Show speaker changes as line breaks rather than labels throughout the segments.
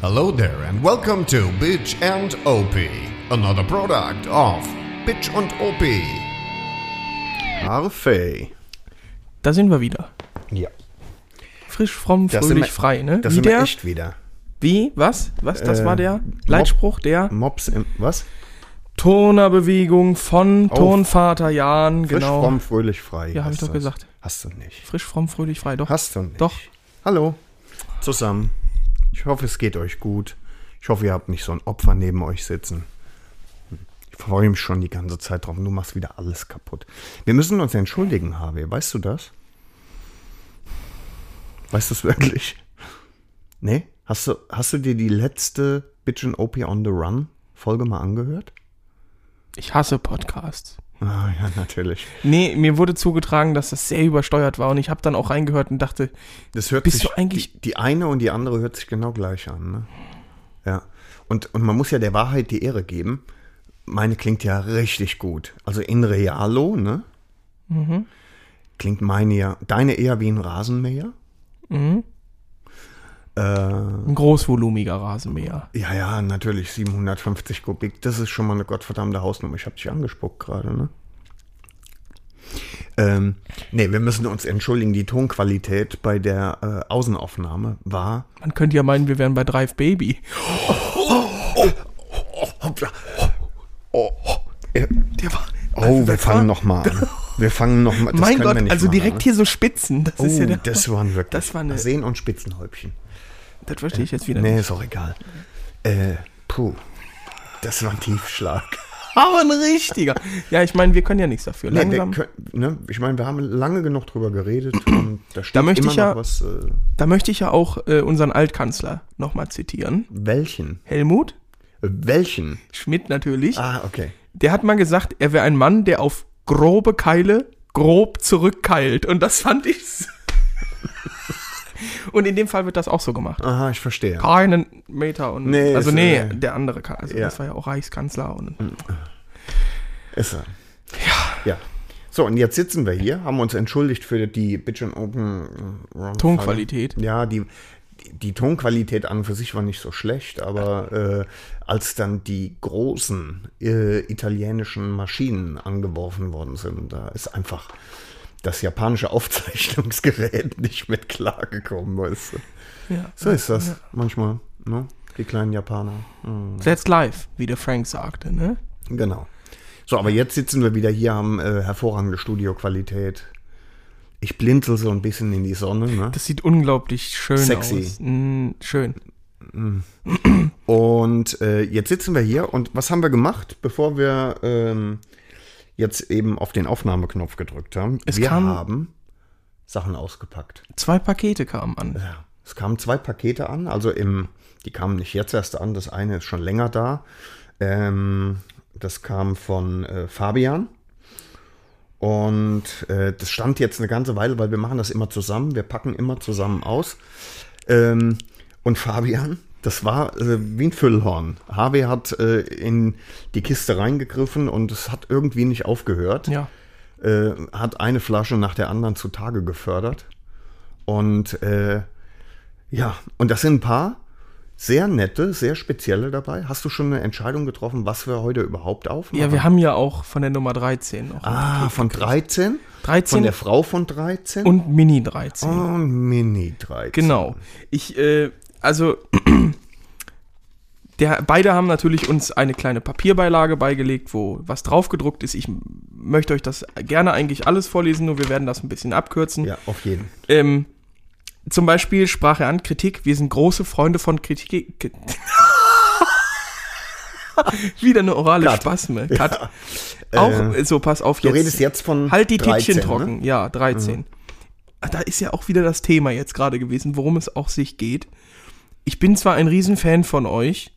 Hello there and welcome to Bitch and OP, another product of Bitch und OP.
Harfey.
Da sind wir wieder.
Ja.
Frisch, fromm,
Das sind
fröhlich,
wir-
frei, ne?
Das
Wie
sind wir
der?
echt wieder.
Wie? Was? Was? Das
Äh,
war der Leitspruch der
Mops im. Was?
Turnerbewegung von
Auf.
Turnvater Jan,
Frisch,
genau.
fromm, fröhlich, frei.
Ja, hab
heißt
ich doch
das.
gesagt.
Hast du nicht.
Frisch, fromm, fröhlich, frei. Doch.
Hast du nicht.
Doch.
Hallo. Zusammen. Ich hoffe, es geht euch gut. Ich hoffe, ihr habt nicht so ein Opfer neben euch sitzen. Ich freue mich schon die ganze Zeit drauf. Du machst wieder alles kaputt. Wir müssen uns entschuldigen, Harvey. Weißt du das? Weißt du es wirklich? Nee? Hast du, hast du dir die letzte Bitchin' OP on the Run Folge mal angehört?
Ich hasse Podcasts.
Ah, ja, natürlich.
Nee, mir wurde zugetragen, dass das sehr übersteuert war und ich habe dann auch reingehört und dachte,
Das hört
Bist
sich,
du eigentlich-
die, die eine und die andere hört sich genau gleich an. Ne? Ja. Und, und man muss ja der Wahrheit die Ehre geben. Meine klingt ja richtig gut. Also in Realo, ne?
Mhm.
Klingt meine ja, deine eher wie ein Rasenmäher.
Mhm.
Äh,
ein großvolumiger Rasenmäher.
ja, ja, natürlich 750 Kubik. Das ist schon mal eine gottverdammte Hausnummer. Ich habe dich angespuckt gerade, ne? Ähm, nee, wir müssen uns entschuldigen. Die Tonqualität bei der äh, Außenaufnahme war
Man könnte ja meinen, wir wären bei Drive Baby.
Hoppla. Oh, oh. Äh, oh wir fangen nochmal an. Wir fangen nochmal an.
Also, mein Gott, also direkt hier so Spitzen. Das
Oh,
ist ja der,
das waren wirklich
Das war eine-
Seen- und Spitzenhäubchen.
das verstehe ich jetzt wieder
Nee,
nicht.
ist auch egal. Äh, puh. Das war ein Tiefschlag.
Aber ein richtiger. Ja, ich meine, wir können ja nichts dafür.
Nee, wir
Langsam.
können, ne, ich meine, wir haben lange genug drüber geredet und da steht
möchte
immer
ich
noch
ja-
was. Äh,
Da möchte ich ja auch äh, unseren Altkanzler nochmal zitieren.
welchen?
Helmut
Äh, Welchen?
Schmidt natürlich.
Ah, okay.
Der hat mal gesagt, er wäre ein Mann, der auf grobe Keile grob zurückkeilt. Und das fand ich. s- und in dem Fall wird das auch so gemacht.
Aha, ich verstehe.
Keinen Meter und.
Nee,
also,
ist,
nee,
äh,
der andere. Ka- Also,
ja. Hm.
das war ja auch Reichskanzler. Und,
Ist er. Ja. So, und jetzt sitzen wir hier, haben uns entschuldigt für die Bitch and Open äh, Wrong
Tonqualität.
Falle. Ja, die, die- die Tonqualität an und für sich war nicht so schlecht, aber äh, als dann die großen äh, italienischen Maschinen angeworfen worden sind, da ist einfach das japanische Aufzeichnungsgerät nicht mit klargekommen. Weißt du?
ja.
So ist das manchmal, ne? Die kleinen Japaner.
That's live, wie der Frank sagte, ne?
Genau. So, aber jetzt sitzen wir wieder hier, haben äh, hervorragende Studioqualität. Ich blinzel so ein bisschen in die Sonne. Ne?
Das sieht unglaublich schön
Sexy.
aus. Mm, schön.
Und äh, jetzt sitzen wir hier und was haben wir gemacht, bevor wir ähm, jetzt eben auf den Aufnahmeknopf gedrückt haben?
Es
wir
kam-
haben Sachen ausgepackt.
Zwei Pakete kamen an.
Ja. Es kamen zwei Pakete an, also im, die kamen nicht jetzt erst an, das eine ist schon länger da. Ähm, das kam von äh, Fabian. Und äh, das stand jetzt eine ganze Weile, weil wir machen das immer zusammen, wir packen immer zusammen aus. Ähm, und Fabian, das war äh, wie ein Füllhorn. Harvey hat äh, in die Kiste reingegriffen und es hat irgendwie nicht aufgehört
Ja.
äh, hat eine Flasche nach der anderen zutage gefördert. Und äh, ja, und das sind ein paar sehr nette, sehr spezielle dabei. Hast du schon eine Entscheidung getroffen, was wir heute überhaupt aufnehmen?
Ja, wir haben ja auch von der Nummer 13 noch.
ah, von 13,
13
von der Frau von 13
und Mini 13.
und Mini 13.
Genau. Ich, äh, also, der, beide haben natürlich uns eine kleine Papierbeilage beigelegt, wo was draufgedruckt ist. Ich m- möchte euch das gerne eigentlich alles vorlesen, nur wir werden das ein bisschen abkürzen.
Ja, auf jeden.
Ähm, zum Beispiel sprach er an Kritik. Wir sind große Freunde von Kritik. K- Wieder eine orale
Cut. Ähm,
Spasme. Cut. Auch so, pass auf
Du
jetzt.
redest jetzt von
Halt die
13,
Tittchen
ne?
trocken. Ja, 13. Ah, Da ist ja auch wieder das Thema jetzt gerade gewesen, worum es auch sich geht. Ich bin zwar ein Riesenfan von euch,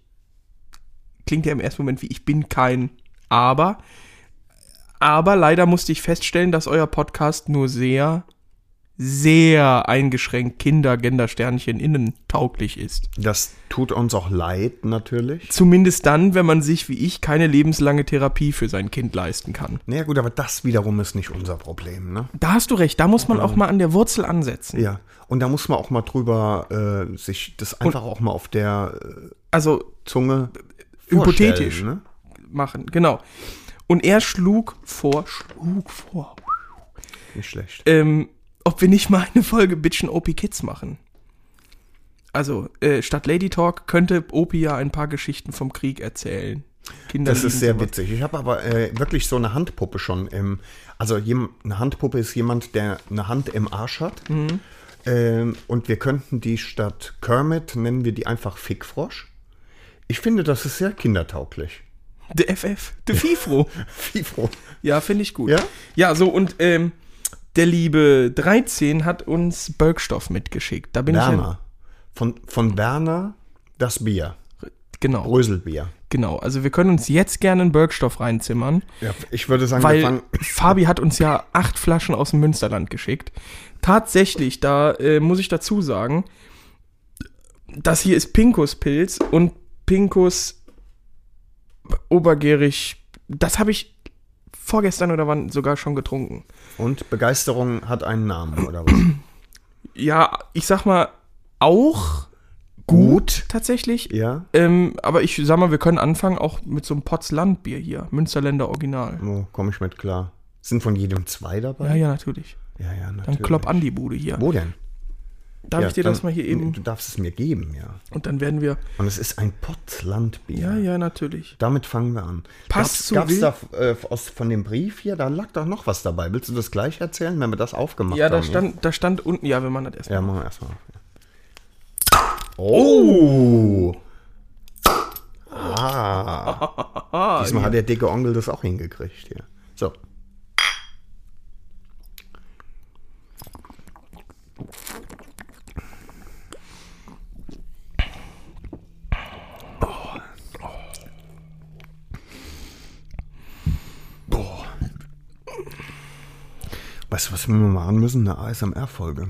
klingt ja im ersten Moment wie ich bin kein, aber, aber leider musste ich feststellen, dass euer Podcast nur sehr sehr eingeschränkt Kinder, Gender, Sternchen, innen tauglich ist.
Das tut uns auch leid, natürlich.
Zumindest dann, wenn man sich, wie ich, keine lebenslange Therapie für sein Kind leisten kann.
Naja, gut, aber das wiederum ist nicht unser Problem, ne?
Da hast du recht, da muss man auch mal an der Wurzel ansetzen.
Ja. Und da muss man auch mal drüber, äh, sich das einfach auch mal auf der äh,
Also
Zunge
Hypothetisch.
vorstellen, Ne?
machen, genau. Und er schlug vor, schlug vor,
Nicht schlecht.
ähm, ob wir nicht mal eine Folge Bitchen OP Kids machen. Also, äh, statt Lady Talk könnte OP ja ein paar Geschichten vom Krieg erzählen. Kinder
Das ist
lieben
sehr
sowas.
witzig. Ich habe aber äh, wirklich so eine Handpuppe schon im. Also jem, eine Handpuppe ist jemand, der eine Hand im Arsch hat. Ähm, und wir könnten die statt Kermit nennen wir die einfach Fickfrosch. Ich finde, das ist sehr kindertauglich.
Der FF, der FIFRO.
Fifro.
Ja, finde ich gut.
Ja?
ja so und ähm, der liebe 13 hat uns Bölkstoff mitgeschickt. Da bin
Werner. Von, von Werner das Bier.
ich ja, genau,
Bröselbier.
genau. Also wir können uns jetzt gerne einen Bölkstoff reinzimmern,
Ja, ich würde sagen, wir
weil
fangen.
Fabi hat uns ja acht Flaschen aus dem Münsterland geschickt. Tatsächlich, da äh, muss ich dazu sagen, das hier ist Pinkuspilz und Pinkus obergärig. Das habe ich vorgestern oder wann sogar schon getrunken.
Und Begeisterung hat einen Namen, oder was?
ja, ich sag mal, auch gut tatsächlich.
ja?
Ähm, aber ich sag mal, wir können anfangen auch mit so einem Potz Landbier hier. Münsterländer Original.
Wo komme ich mit klar? Sind von jedem zwei dabei?
Ja, ja, natürlich.
ja, ja natürlich.
Dann klopp an die Bude hier.
Wo denn?
Darf
Ja,
ich dir
dann-
das mal hier
Du
eben?
darfst es mir geben, ja.
Und dann werden wir.
Und es ist ein Pottlandbier.
Ja, ja, natürlich.
Damit fangen wir an.
Passt
Gab's,
zu
gab's da äh, aus, von dem Brief hier, da lag doch noch was dabei. Willst du das gleich erzählen, wenn wir das aufgemacht
Ja,
haben?
da stand, da stand unten. Ja, wir machen das erstmal.
Ja, machen wir erstmal. auf, ja. Oh! Ah! Diesmal hat der dicke Onkel das auch hingekriegt hier. So. Boah. Weißt du, was wir mal machen müssen? Eine ASMR-Folge.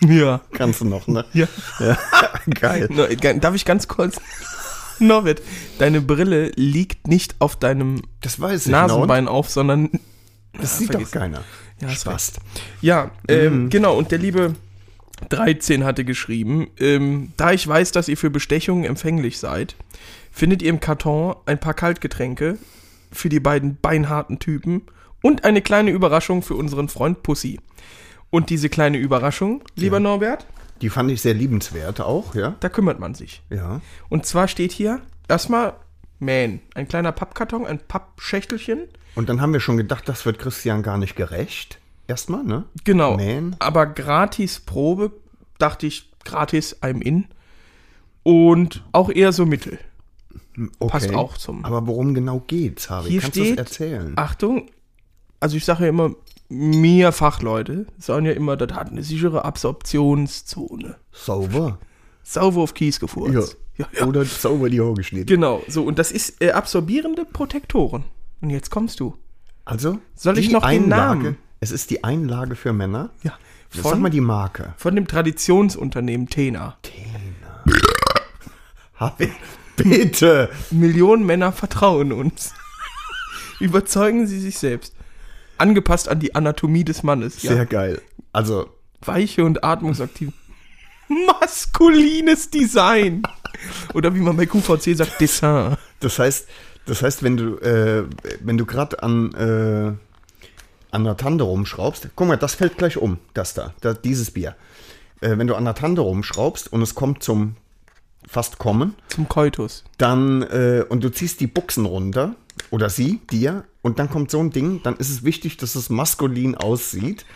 Ja.
Kannst du noch, ne?
ja.
Ja, geil.
No, ga- darf ich ganz kurz. Norbert, deine Brille liegt nicht auf deinem
Das weiß ich.
Nasenbein auf, sondern
na, und? Das sieht
vergiss.
doch keiner.
Ja, hast
Spaß.
Ja, ähm, genau. Und der liebe 13 hatte geschrieben, ähm, da ich weiß, dass ihr für Bestechungen empfänglich seid, findet ihr im Karton ein paar Kaltgetränke für die beiden beinharten Typen und eine kleine Überraschung für unseren Freund Pussy. Und diese kleine Überraschung, lieber Norbert,
Die fand ich sehr liebenswert auch, ja?
da kümmert man sich.
Ja.
Und zwar steht hier erstmal Man, ein kleiner Pappkarton, ein Pappschächtelchen.
Und dann haben wir schon gedacht, das wird Christian gar nicht gerecht. Erstmal, ne?
Genau.
Man.
Aber gratis Probe dachte ich, gratis I'm in. Und auch eher so mittel.
Okay.
Passt auch zum-
Aber worum genau geht's, Harvey?
Hier
Kannst
steht-
du
Ah.
es erzählen?
Achtung, also ich sage ja immer, mir Fachleute sagen ja immer, das hat eine sichere Absorptionszone.
Sauber.
Sauber auf Kies gefurzt.
Oder sauber die Augen geschnitten.
Genau, so, und das ist äh, absorbierende Protektoren. Und jetzt kommst du.
Also,
Soll ich
die
noch den
Einlage-
Namen?
Es ist die Einlage für Männer.
Ja.
Sag mal
Von,
die Marke.
von dem Traditionsunternehmen Tena.
Harvey, bitte.
Millionen Männer vertrauen uns. Überzeugen sie sich selbst. Angepasst an die Anatomie des Mannes.
Sehr
Ja.
geil. Also,
Weiche und atmungsaktiv. Maskulines Design. Oder wie man bei QVC sagt, Dessin.
Das heißt, das heißt, wenn du, äh, wenn du gerade an, äh, an der Tante rumschraubst, guck mal, das fällt gleich um, das da, da dieses Bier. Äh, wenn du an der Tante rumschraubst und es kommt zum fast kommen,
Zum Koitus.
dann äh, und du ziehst die Buchsen runter oder sie dir und dann kommt so ein Ding, dann ist es wichtig, dass es maskulin aussieht,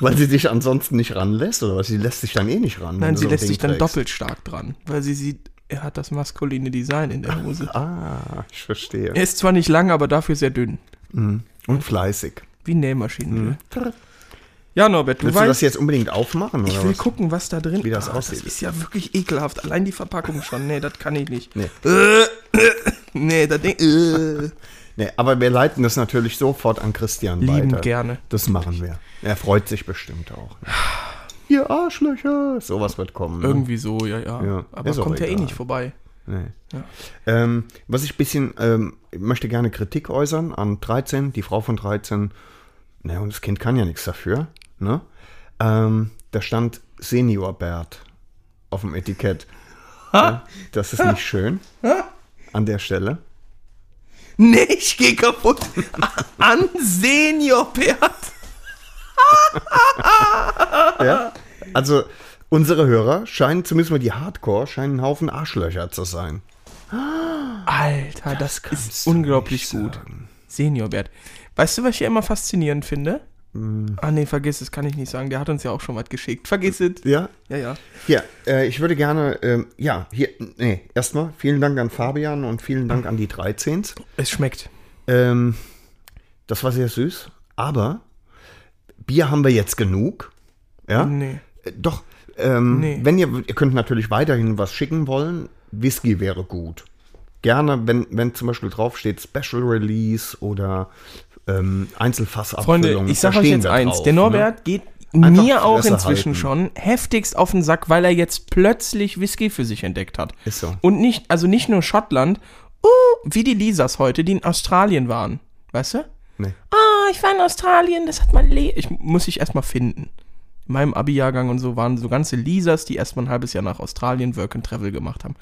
weil sie dich ansonsten nicht ranlässt oder was? Sie lässt sich dann eh nicht ran. wenn
Nein,
du
sie
so ein
lässt
Ding
sich dann
trägst.
doppelt stark dran, weil sie sieht, er hat das maskuline Design in der Hose.
Ah, ich verstehe.
Er ist zwar nicht lang, aber dafür sehr dünn.
Und fleißig.
Wie Nähmaschinen. Ja, Norbert,
Mhm.
du
Willst du das
weißt,
jetzt unbedingt aufmachen?
ich
oder
will
was?
gucken, was da drin Ah,
Wie das aussieht.
Das ist ja wirklich ekelhaft. Allein die Verpackung schon. Äh, Nee, das kann ich nicht.
Nee.
Nee, da denk, äh,
Nee, aber wir leiten das natürlich sofort an Christian
Lieben
weiter.
gerne.
Das machen wir. Er freut sich bestimmt auch. Ne? Ihr Arschlöcher! Sowas wird kommen. Ne?
Irgendwie so, ja, ja.
Ja,
Aber
ist auch
kommt ja eh
egal.
nicht vorbei.
Nee.
Ja.
Ähm, was ich ein bisschen, ähm, ich möchte gerne Kritik äußern an 13, die Frau von 13, ne, und das Kind kann ja nichts dafür, ne? Ähm, da stand Senior Bert auf dem Etikett. Ja, das ist nicht schön. An der Stelle.
Nee, ich geh kaputt. An Senior Pferd.
Ja? Also, unsere Hörer scheinen, zumindest mal die Hardcore, scheinen ein Haufen Arschlöcher zu sein.
Alter, das, ist unglaublich gut. Senior Bert. Weißt du, was ich ja immer faszinierend finde?
Hm.
Ah, nee, vergiss es, kann ich nicht sagen. Der hat uns ja auch schon was geschickt. Vergiss es.
Ja,
Ja, ja.
Hier, äh, ich würde gerne, ähm, ja, hier, nee, erstmal vielen Dank an Fabian und vielen Dank an die 13.
Es schmeckt.
Ähm, das war sehr süß, aber Bier haben wir jetzt genug. Ja?
Nee.
Äh, Doch, ähm,
Nee.
wenn ihr, ihr könnt natürlich weiterhin was schicken wollen, Whisky wäre gut. Gerne, wenn, wenn zum Beispiel draufsteht Special Release oder ähm, Einzelfassabfüllung.
Freunde, ich sag euch
verstehen
jetzt
wir
eins.
drauf,
der
ne?
Norbert geht
Einfach
mir auch
Fresse
inzwischen
halten.
schon heftigst auf den Sack, weil er jetzt plötzlich Whisky für sich entdeckt hat.
Ist so.
Und nicht, also nicht nur Schottland, uh, wie die Lisas heute, die in Australien waren. Weißt du?
Nee.
Ah, ich war in Australien, das hat mein Leben. Ich muss ich erstmal finden. In meinem Abi-Jahrgang und so waren so ganze Lisas, die erstmal ein halbes Jahr nach Australien Work and Travel gemacht haben.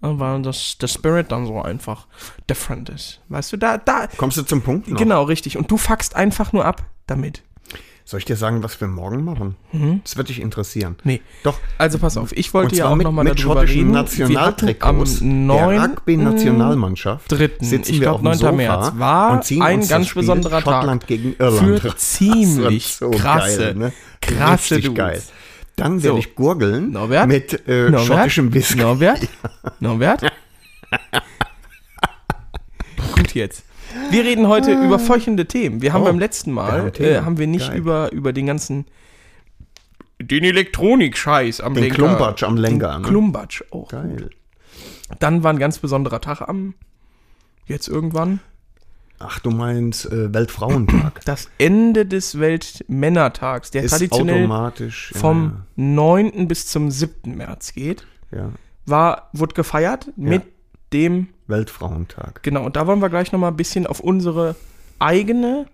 Und war das, der Spirit dann so einfach different ist. Weißt du, da, da,
Kommst du zum Punkt? noch?
Genau, richtig. Und du fuckst einfach nur ab damit.
Soll ich dir sagen, was wir morgen machen? Das wird dich interessieren.
Mhm. Nee.
Doch.
Also pass auf, ich wollte ja auch
mit,
nochmal
mit
darüber
schottischen
reden.
Nationaltrikots
am
der
9.
Rugby-Nationalmannschaft
Dritten,
sitzen
ich
wir
glaub,
auf dem
9.
Sofa
März, war
und ziehen
ein
uns
ganz
das Spiel
besonderer Tag
Schottland gegen Irland
für
rein. Das
ziemlich
wird
krasse,
ne?
krasse
Richtig
Dudes.
geil. Dann werde
So.
ich gurgeln
Norbert?
mit äh, schottischem Whisky.
Norbert? Norbert? Gut jetzt. Wir reden heute über feuchende Themen. Wir haben
Ah. Oh,
beim letzten
wir
Mal,
haben
äh,
Themen.
haben wir nicht
Geil.
über, über den ganzen, den Elektronik-Scheiß am
Den
Lenker.
Klumpatsch am Lenker.
Den
ne?
Klumbatsch auch.
Geil.
Oh. Dann war ein ganz besonderer Tag am, jetzt irgendwann,
Ach, du meinst äh, Weltfrauentag.
das Ende des Weltmännertags, der
Ist
traditionell
automatisch. ja,
vom 9. bis zum 7. März geht,
ja.
war, wurde gefeiert mit dem,
Weltfrauentag.
genau, und da wollen wir gleich nochmal ein bisschen auf unsere eigene,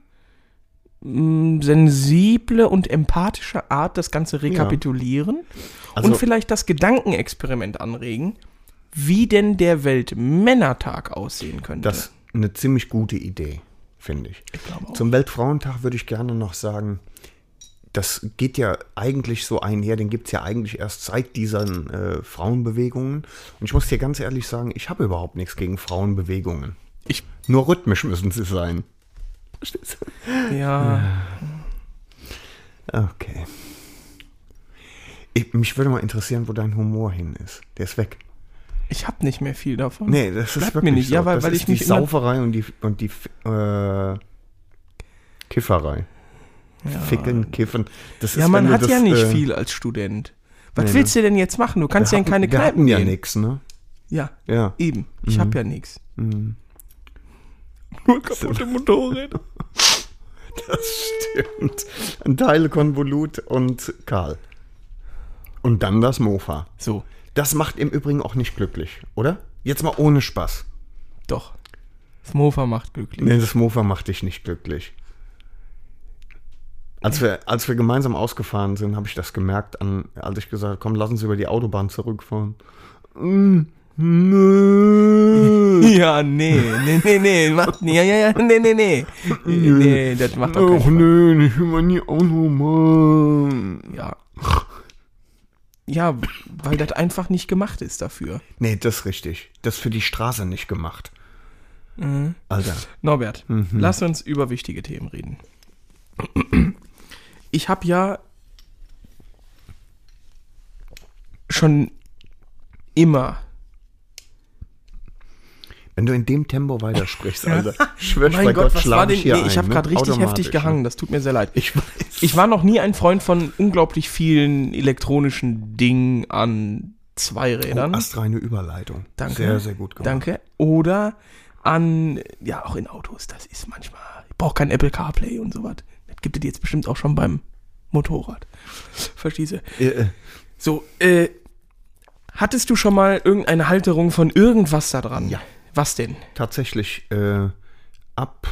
mh, sensible und empathische Art das Ganze rekapitulieren
Also-
und vielleicht das Gedankenexperiment anregen, wie denn der Weltmännertag aussehen könnte.
Das ist eine ziemlich gute Idee, finde ich.
Ich glaube auch.
Zum Weltfrauentag würde ich gerne noch sagen, das geht ja eigentlich so einher, den gibt es ja eigentlich erst seit diesen äh, Frauenbewegungen. Und ich muss dir ganz ehrlich sagen, ich habe überhaupt nichts gegen Frauenbewegungen.
Ich-
Nur rhythmisch müssen sie sein. Verstehst du?
ja.
Okay. Ich, mich würde mal interessieren, wo dein Humor hin ist. Der ist weg.
Ich habe nicht mehr viel davon.
Nee, das ist
Bleibt mir
wirklich
nicht.
so.
Ja, weil-
das
weil
ist
ich
die
mich immer-
Sauferei und die und die äh, Kifferei. Ficken, kiffen. Das
ja,
ist,
man
wenn du
hat
das,
ja nicht
äh,
viel als Student. Was
nee,
willst du denn jetzt machen? Du kannst ja in
hatten-
keine
wir
Kneipen
hatten ja
gehen.
nichts, ne?
Ja,
Ja.
eben. Ich hab habe ja nichts. Mhm. Nur kaputte Motorräder.
Das stimmt. Ein Teil Konvolut und Karl. Und dann das Mofa.
So,
Das macht im Übrigen auch nicht glücklich, oder? Jetzt mal ohne Spaß.
doch. Das Mofa macht glücklich.
Nee, das Mofa macht dich nicht glücklich. Als wir, als wir gemeinsam ausgefahren sind, habe ich das gemerkt, an, als ich gesagt habe, komm, lass uns über die Autobahn zurückfahren. Mm, Nö.
Ja, nee, nee, nee, nee. Macht, ja, ja, ja, nee, nee, nee. Nee, das macht doch
Ach
keinen Spaß.
nö, ich will meine Autobahn.
Ja. Ja, weil das einfach nicht gemacht ist dafür.
Nee, das ist richtig. Das ist für die Straße nicht gemacht.
Mhm.
Alter.
Norbert, lass uns über wichtige Themen reden. Ich habe ja schon immer
Wenn du in dem Tempo weitersprichst, Alter. Ich schwör's
mein
bei
Gott, was
schlag
war denn?
ich hier
nee, ich
ein,
habe
ne?
gerade richtig
Automatisch,
heftig
ne?
gehangen, das tut mir sehr leid.
Ich weiß.
Ich war noch nie ein Freund von unglaublich vielen elektronischen Dingen an Zweirädern.
Oh, Astreine Überleitung.
Danke.
Sehr, sehr gut gemacht.
Danke. Oder an, ja, auch in Autos, das ist manchmal. Ich brauche kein Apple CarPlay und sowas. Das gibt es jetzt bestimmt auch schon beim Motorrad. Verstehst du?
Äh,
So, äh, hattest du schon mal irgendeine Halterung von irgendwas da dran?
Ja.
Was denn?
tatsächlich äh, ab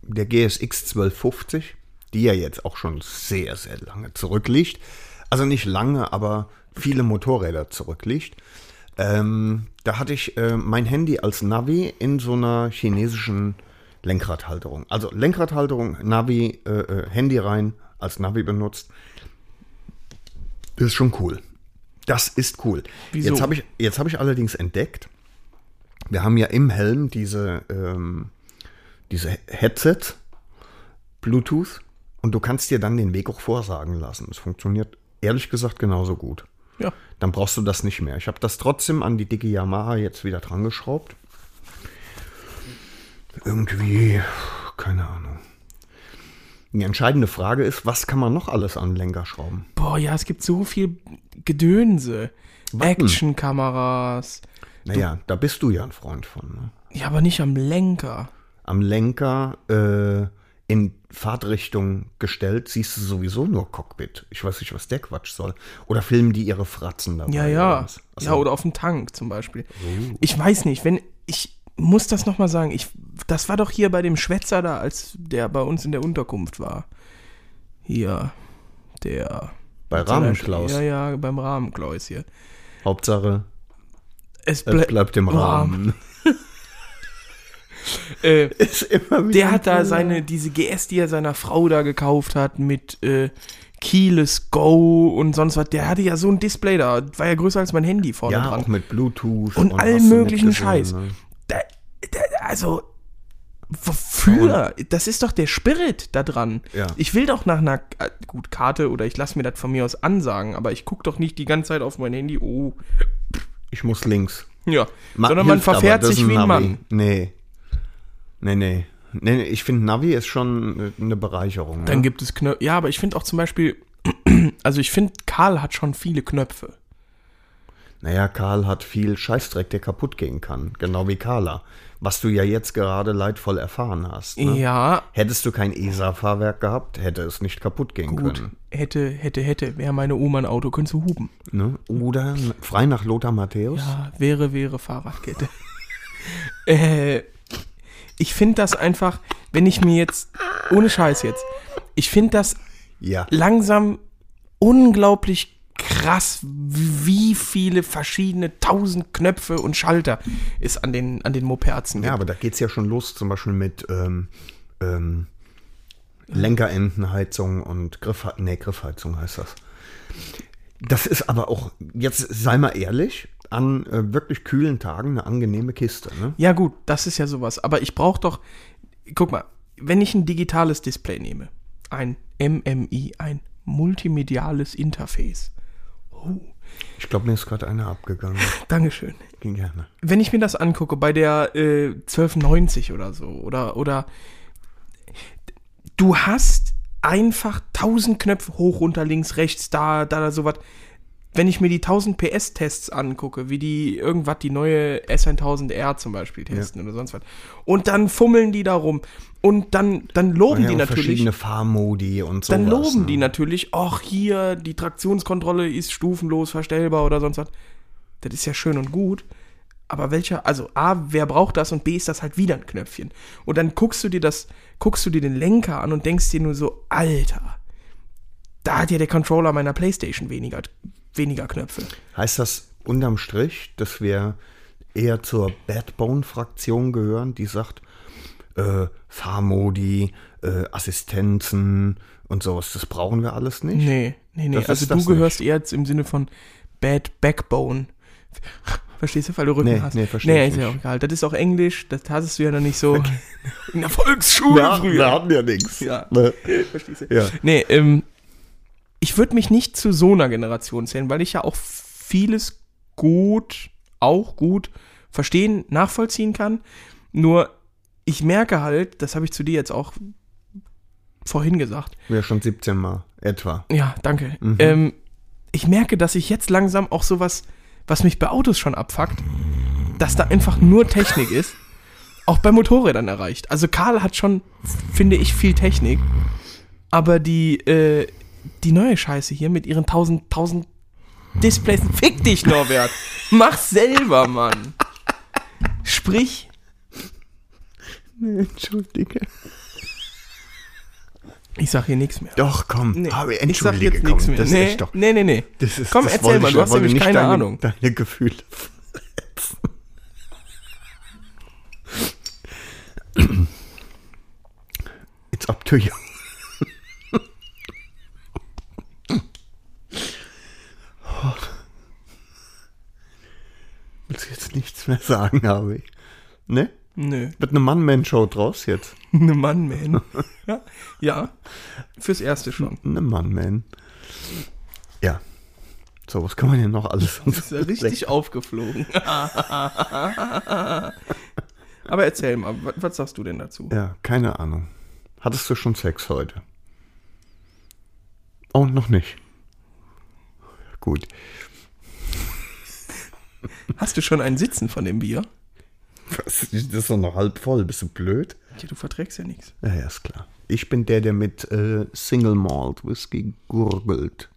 der GSX 1250, die ja jetzt auch schon sehr, sehr lange zurückliegt, also nicht lange, aber viele Motorräder zurückliegt, ähm, da hatte ich äh, mein Handy als Navi in so einer chinesischen Lenkradhalterung. Also Lenkradhalterung, Navi, äh, äh, Handy rein, als Navi benutzt. Das ist schon cool. Das ist cool.
Wieso?
Jetzt habe ich, jetzt hab ich allerdings entdeckt, wir haben ja im Helm diese, ähm, diese He- Headset, Bluetooth, und du kannst dir dann den Weg auch vorsagen lassen. Es funktioniert ehrlich gesagt genauso gut.
Ja.
Dann brauchst du das nicht mehr. Ich habe das trotzdem an die dicke Yamaha jetzt wieder dran geschraubt. Irgendwie, keine Ahnung. Die entscheidende Frage ist, was kann man noch alles an den Lenker schrauben?
Boah, ja, es gibt so viel Gedönse.
Wappen.
Actionkameras.
Naja, da bist du ja ein Freund von. Ne?
Ja, aber nicht am Lenker.
am Lenker äh, in Fahrtrichtung gestellt, siehst du sowieso nur Cockpit. Ich weiß nicht, was der Quatsch soll. Oder filmen die ihre Fratzen dabei.
Ja,
oder
ja.
was? Also
Ja, oder auf dem Tank zum Beispiel. Ich weiß nicht, wenn, ich muss das nochmal sagen, ich, das war doch hier bei dem Schwätzer da, als der bei uns in der Unterkunft war. Hier, der.
Bei Rahmenklaus.
Ja, ja, beim Rahmenklaus hier.
Hauptsache,
Es
es
blä-
bleibt im Rahmen.
Äh,
Ist immer wieder
der hat da seine, diese GS, die er seiner Frau da gekauft hat, mit äh, Keyless Go und sonst was. Der hatte ja so ein Display da, war ja größer als mein Handy vorne
ja,
dran.
auch mit Bluetooth
Und allen
hast du nicht
möglichen
gesehen,
Scheiß.
ne?
Da, da, also, wofür? Das ist doch der Spirit da dran.
Ja.
Ich will doch nach einer, äh, gut, Karte oder ich lasse mir das von mir aus ansagen, aber ich gucke doch nicht die ganze Zeit auf mein Handy, oh,
Ich muss links.
ja.
Ma-
Sondern man
hilft aber,
verfährt
das ist
sich wie
Navi.
ein Mann.
Nee. Nee, nee. Nee, nee, ich finde, Navi ist schon äh, eine Bereicherung.
Dann
ne?
gibt es Knöpfe. Ja, aber ich finde auch zum Beispiel, also ich finde, Karl hat schon viele Knöpfe.
Naja, Karl hat viel Scheißdreck, der kaputt gehen kann. Genau wie Carla. Was du ja jetzt gerade leidvoll erfahren hast. Ne?
Ja,
Hättest du kein ESA-Fahrwerk gehabt, hätte es nicht kaputt gehen
gut.
können.
Hätte, hätte, hätte. Wäre meine Oma ein Auto, könntest du huben.
Ne? Oder frei nach Lothar Matthäus.
Ja, Ah, wäre, wäre Fahrradkette. äh, ich finde das einfach, wenn ich mir jetzt, ohne Scheiß jetzt, ich finde das
Ja.
langsam unglaublich krass, wie viele verschiedene tausend Knöpfe und Schalter es an den, an den Moperzen
Ja, aber da geht's ja schon los, zum Beispiel mit ähm, ähm, Lenkerendenheizung und Griff, nee, Griffheizung heißt das. Das ist aber auch, jetzt sei mal ehrlich, an äh, wirklich kühlen Tagen eine angenehme Kiste. Ne?
Ja, gut, das ist ja sowas. Aber ich brauche doch. Guck mal, wenn ich ein digitales Display nehme, ein MMI, ein multimediales Interface.
Ich glaube, mir ist gerade einer abgegangen.
Dankeschön.
Ging ne? gerne.
Wenn ich mir das angucke, bei der äh, 1290 oder so, oder, oder du hast einfach 1000 Knöpfe hoch, runter, links, rechts, da, da, da, sowas. Wenn ich mir die 1000 PS-Tests angucke, wie die irgendwas, die neue S1000R zum Beispiel testen oder sonst was. Und dann fummeln die da rum. Und dann, dann loben
Oh Ja,
die
und
natürlich.
verschiedene Fahrmodi und so.
Dann
ne?
loben die natürlich, ach hier, die Traktionskontrolle ist stufenlos verstellbar oder sonst was. Das ist ja schön und gut. Aber welcher, also A, wer braucht das und B ist das halt wieder ein Knöpfchen. Und dann guckst du dir das, guckst du dir den Lenker an und denkst dir nur so, Alter, da hat ja der Controller meiner Playstation weniger, weniger Knöpfe.
Heißt das unterm Strich, dass wir eher zur Badbone-Fraktion gehören, die sagt, äh, Fahrmodi, äh, Assistenzen und sowas, das brauchen wir alles nicht?
Nee, nee, nee.
Das ist
also
das
du gehörst eher jetzt im Sinne von Bad Backbone. Verstehst du, weil du Rücken
Nee,
hast?
nee, versteh ich
ist ja auch
nicht.
egal. Das ist auch Englisch, das hattest du ja noch nicht so in der Volksschule früher.
hatten ja nichts.
Ja.
Ne?
Verstehst du?
Ja.
Nee, ähm, ich würde mich nicht zu so einer Generation zählen, weil ich ja auch vieles gut, auch gut verstehen, nachvollziehen kann. Nur ich merke halt, das habe ich zu dir jetzt auch vorhin gesagt,
Wir schon 17 Mal, etwa.
ja, danke. Ähm, ich merke, dass ich jetzt langsam auch sowas, was mich bei Autos schon abfuckt, dass da einfach nur Technik ist auch bei Motorrädern erreicht. Also Karl hat schon, finde ich, viel Technik. Aber die, äh, die neue Scheiße hier mit ihren 1000, 1000 Displays, fick dich, Norbert. Mach selber, Mann. Sprich,
Nee, entschuldige.
ich sag hier nichts mehr.
Doch, komm.
Nee,
Harvey,
ich sag
Ah, entschuldige,
jetzt
komm.
nichts mehr.
Das
nee,
ist echt doch.
nee, nee, nee.
Das ist,
Komm,
das
erzähl
wollte
mal,
ich-
du hast
wollte
nämlich
nicht
keine
deine,
Ahnung.
Deine Gefühle verletzen. It's up to you. Willst du jetzt nichts mehr sagen, Harvey? Ne?
Nö.
Wird eine Mann-Man-Show draus jetzt.
Eine Mann-Man. Ja, ja, fürs Erste schon.
Eine Mann-Man. Ja. So, was kann man denn noch alles?
Ist ja richtig aufgeflogen. Aber erzähl mal, wa- was sagst du denn dazu?
Ja, keine Ahnung. Hattest du schon Sex heute? Oh, noch nicht. Gut.
Hast du schon ein Sitzen von dem Bier?
Was? Das ist doch noch halb voll. Bist du blöd?
Ja, du verträgst ja nichts.
Ja, ja, ist klar. Ich bin der, der mit äh, Single Malt Whisky gurgelt.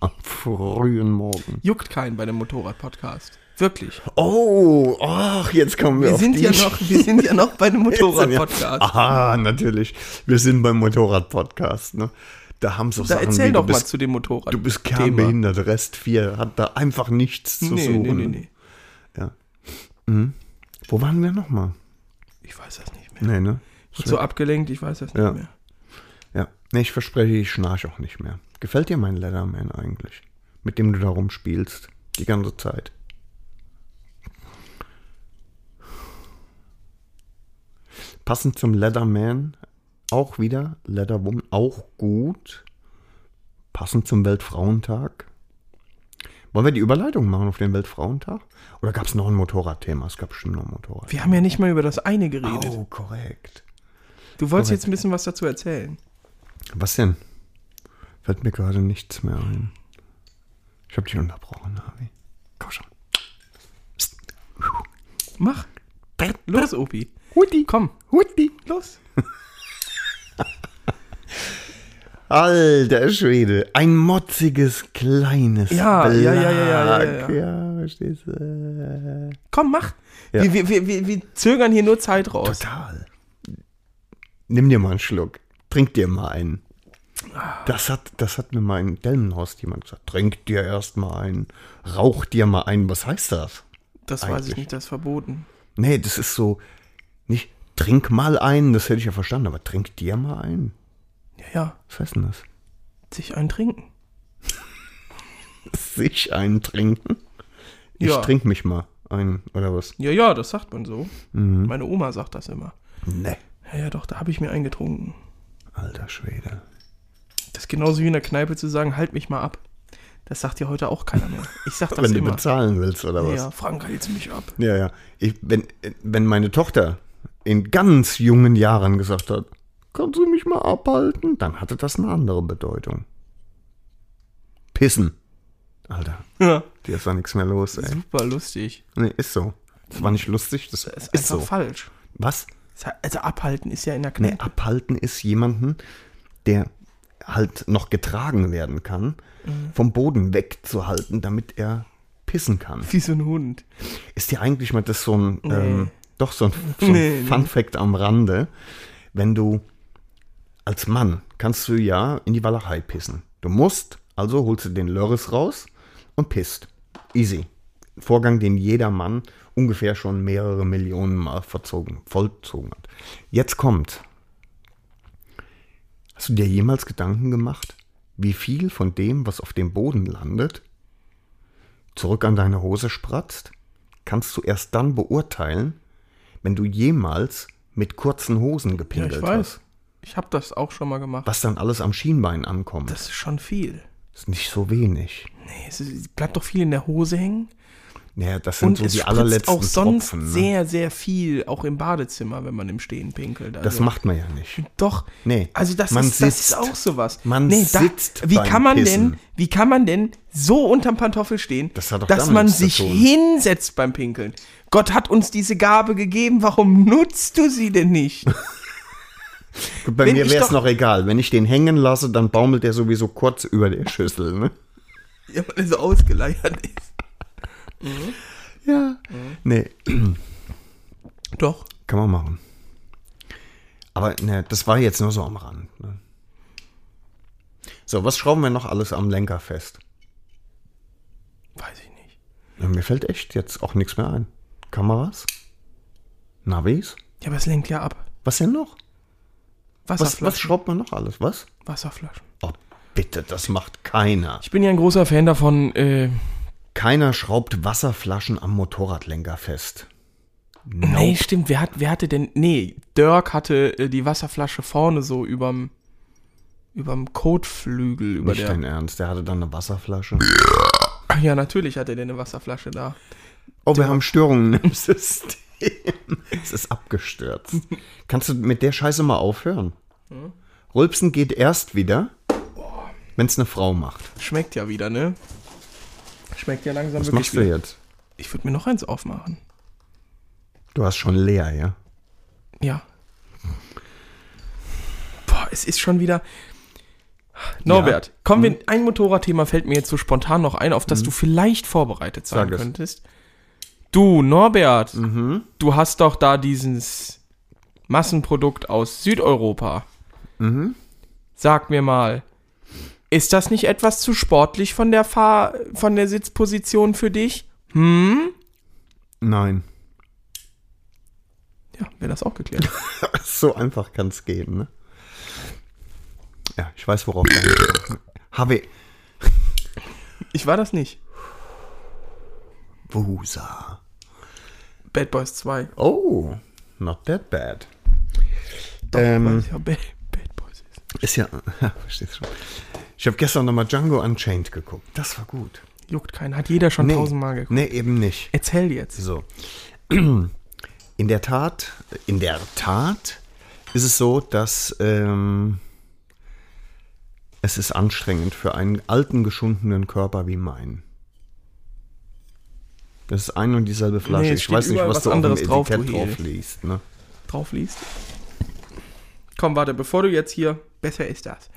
Am frühen Morgen.
Juckt keinen bei dem Motorrad-Podcast. Wirklich.
Oh, ach, jetzt kommen wir,
Wir
auf
sind,
die.
ja noch, wir sind ja noch bei dem
Jetzt sind wir-
Motorrad-Podcast.
Aha, natürlich. Wir sind beim Motorrad-Podcast. Ne? Da haben so
Da
Sachen
erzähl
wie,
doch
du
mal
bist
zu dem Motorrad.
Du bist
Thema.
kernbehindert, Rest 4 hat da einfach nichts zu
Nee,
suchen.
nee, nee, nee.
Wo waren wir nochmal?
Ich weiß das nicht mehr.
Nee, ne?
Ich wurde so abgelenkt, ich weiß das nicht
Ja.
mehr.
Ja. Nee, ich verspreche, ich schnarch auch nicht mehr. Gefällt dir mein Leatherman eigentlich? Mit dem du da rumspielst. Die ganze Zeit. Passend zum Leatherman auch wieder Leatherwoman, auch gut. Passend zum Weltfrauentag. Wollen wir die Überleitung machen auf den Weltfrauentag? Oder gab es noch ein Motorradthema? Es gab bestimmt noch ein Motorrad.
Wir haben ja nicht mal über das eine geredet.
Oh, korrekt.
du wolltest jetzt ein bisschen was dazu erzählen.
Was denn? Fällt mir gerade nichts mehr ein. Ich habe dich unterbrochen, Harvey. Komm schon.
Mach. Los, Opi.
Huti,
Komm,
Huti.
los.
Alter Schwede, ein motziges kleines
Ja, ja, ja, ja, ja, ja,
Belag. Ja, verstehst du?
Komm, mach.
Ja.
Wir, wir, wir, wir, wir zögern hier nur Zeit raus.
Total. Nimm dir mal einen Schluck. Trink dir mal einen. Das hat, das hat mir mal im Delmenhorst jemand gesagt. Trink dir erst mal einen. Rauch dir mal einen. Was heißt das?
Das weiß ich
Eigentlich.
nicht, das ist verboten.
Nee, das ist so, nicht trink mal einen, das hätte ich ja verstanden, aber trink dir mal einen.
Ja, ja,
Was heißt denn das?
sich einen trinken.
Sich einen trinken? Ich
Ja.
trink mich mal ein, oder was?
Ja, ja, das sagt man so.
Mhm.
Meine Oma sagt das immer.
Nee.
Ja, ja, doch, da habe ich mir eingetrunken.
Alter Schwede.
Das ist genauso wie in der Kneipe zu sagen, halt mich mal ab. Das sagt ja heute auch keiner mehr. Ich sag das
Wenn du
immer.
bezahlen willst, oder was?
Ja, Frank, halt's mich ab.
Ja, ja. Ich, wenn, wenn meine Tochter in ganz jungen Jahren gesagt hat, kannst du mich mal abhalten, dann hatte das eine andere Bedeutung. Pissen. Alter,
Ja,
dir ist da nichts mehr los, ey.
super lustig.
Nee, ist so. Das war nicht lustig, das
Das
ist,
ist,
so.
einfach falsch.
Was?
Das heißt, Also abhalten ist ja in der
Nee,
Kneipe.
abhalten ist jemanden, der halt noch getragen werden kann,
Mhm.
vom Boden wegzuhalten, damit er pissen kann.
Wie so ein Hund.
Ist dir eigentlich mal das so ein, ähm, doch so ein, so ein
Nee, nee.
Fun Fact am Rande, wenn du als Mann kannst du ja in die Walachei pissen. Du musst, also holst du den Lörres raus und pisst. Easy. Vorgang, den jeder Mann ungefähr schon mehrere Millionen Mal verzogen, vollzogen hat. Jetzt kommt. Hast du dir jemals Gedanken gemacht, wie viel von dem, was auf dem Boden landet, zurück an deine Hose spratzt? Kannst du erst dann beurteilen, wenn du jemals mit kurzen Hosen
Ja,
gepindelt
ich
hast
weiß. Ich habe das auch schon mal gemacht.
was dann alles am Schienbein ankommt.
Das ist schon viel.
ist nicht so wenig.
Nee, es ist, bleibt doch viel in der Hose hängen.
Naja, das sind
Und
so
es
die
spritzt
allerletzten
auch sonst
Tropfen. Ne?
sehr, sehr viel, auch im Badezimmer, wenn man im Stehen pinkelt.
Das
Also,
macht man ja nicht.
doch.
Nee,
Also das,
man
ist, das
sitzt.
ist auch sowas.
Man
da-
sitzt
Wie
beim
kann man denn,
Pissen.
wie kann man denn so unterm Pantoffel stehen,
Das hat doch
dass
damit
man
nichts zu
sich
tun.
hinsetzt beim Pinkeln? Gott hat uns diese Gabe gegeben, warum nutzt du sie denn nicht?
Gut, bei
Wenn
mir
ich
wäre es
doch-
noch egal. Wenn ich den hängen lasse, dann baumelt der sowieso kurz über der Schüssel. Ne?
ja, weil er so ausgeleiert ist.
Ja. Nee,
Doch.
kann man machen. Aber ne, das war jetzt nur so am Rand. Ne? So, was schrauben wir noch alles am Lenker fest?
Weiß ich nicht.
Ja, mir fällt echt jetzt auch nichts mehr ein. Kameras? Navis?
Ja, aber es lenkt ja ab.
Was denn noch? Was, was
Wasserflaschen.
schraubt man noch alles? Was?
Wasserflaschen.
Oh, bitte, das macht keiner.
Ich bin ja ein großer Fan davon, äh,
Keiner schraubt Wasserflaschen am Motorradlenker fest. Nope.
Nee, stimmt. Wer, hat, wer hatte denn. Nee, Dirk hatte äh, die Wasserflasche vorne so überm. Überm Kotflügel. Über
Nicht
der.
dein Ernst, der hatte dann eine Wasserflasche.
Ja, natürlich hatte der eine Wasserflasche da.
Oh, wir haben Störungen im System. Es ist abgestürzt. Kannst du mit der Scheiße mal aufhören?
Hm?
Rülpsen geht erst wieder, wenn es eine Frau macht.
Schmeckt ja wieder, ne? Schmeckt ja langsam
Was
wirklich
machst du
wieder.
jetzt?
Ich würde mir noch eins aufmachen.
Du hast schon leer, ja?
Ja. Boah, es ist schon wieder. Norbert, kommen
Mhm.
wir. Ein Motorradthema fällt mir jetzt so spontan noch ein, auf das du vielleicht vorbereitet sein
Sag es. Mhm.
könntest. Du, Norbert, du hast doch da dieses Massenprodukt aus Südeuropa.
Mhm.
Sag mir mal, ist das nicht etwas zu sportlich von der Fahr von der Sitzposition für dich?
Nein.
Ja, wäre das auch geklärt.
So einfach kann es gehen, ne? Ja, ich weiß, worauf du HW.
Ich war das nicht.
Wusa.
Bad Boys 2.
Oh, not that bad. ähm,
Ja, Bad, Bad Boys ist.
Ist ja, ja verstehst schon. Ich habe gestern nochmal Django Unchained geguckt. Das war gut.
Juckt keinen. Hat jeder schon tausendmal geguckt.
nee, eben nicht.
Erzähl jetzt.
So. In der Tat, in der Tat ist es so, dass ähm, es ist anstrengend für einen alten, geschundenen Körper wie meinen. Das ist ein und dieselbe Flasche.
es
ich
steht
weiß nicht,
überall
was,
was
du auf dem
anderes drauf,
Etikett
du
drauf
Hel.
liest. Ne?
Drauf liest. Komm, warte, bevor du jetzt hier. Besser ist das.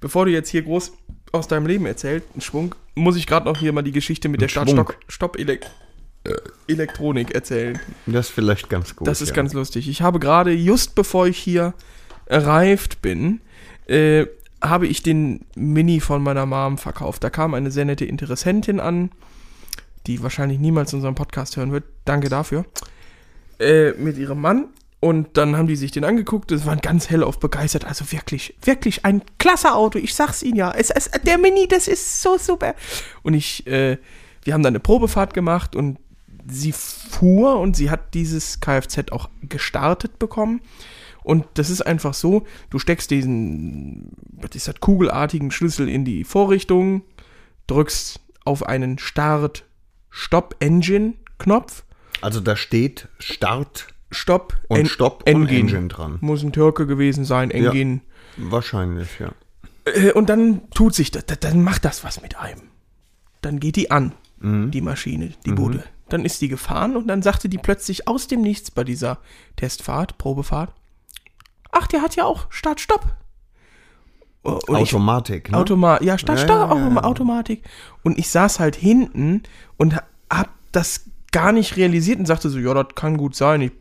Bevor du jetzt hier groß aus deinem Leben erzählst, einen Schwung, muss ich gerade noch hier mal die Geschichte mit der
Schwung.
Start-Stopp-Elektronik Äh, erzählen.
Das ist vielleicht ganz gut.
Das ist
ja.
ganz lustig. Ich habe gerade, just bevor ich hier erreift bin, äh, habe ich den Mini von meiner Mom verkauft. Da kam eine sehr nette Interessentin an, die wahrscheinlich niemals unseren Podcast hören wird. Danke dafür. Äh, mit ihrem Mann. Und dann haben die sich den angeguckt, es waren ganz hellauf begeistert. Also wirklich, wirklich ein klasse Auto. Ich sag's Ihnen ja. Es, es, der Mini, das ist so super. Und ich, äh, wir haben dann eine Probefahrt gemacht und sie fuhr und sie hat dieses Kfz auch gestartet bekommen. Und das ist einfach so, du steckst diesen, was ist das, kugelartigen Schlüssel in die Vorrichtung, drückst auf einen Start-Stop-Engine-Knopf.
Also da steht Start
Stop,
und
En-
Stopp und
Engine.
Engine dran.
Muss ein Türke gewesen sein, Engin.
Wahrscheinlich, ja.
Äh, Und dann tut sich das, das- dann macht das was mit einem. Dann geht die an,
Mhm.
die Maschine, die Bude. Dann ist die gefahren und dann sagte die plötzlich aus dem Nichts bei dieser Testfahrt, Probefahrt, ach, der hat ja auch Start-Stopp. Und ich-
Automatik. ne?
Automa ja, Start,
Ja,
Start,
ja, ja,
Automa- Automatik. Und ich saß halt hinten und ha- hab das gar nicht realisiert und sagte so, ja, das kann gut sein. Ich pff,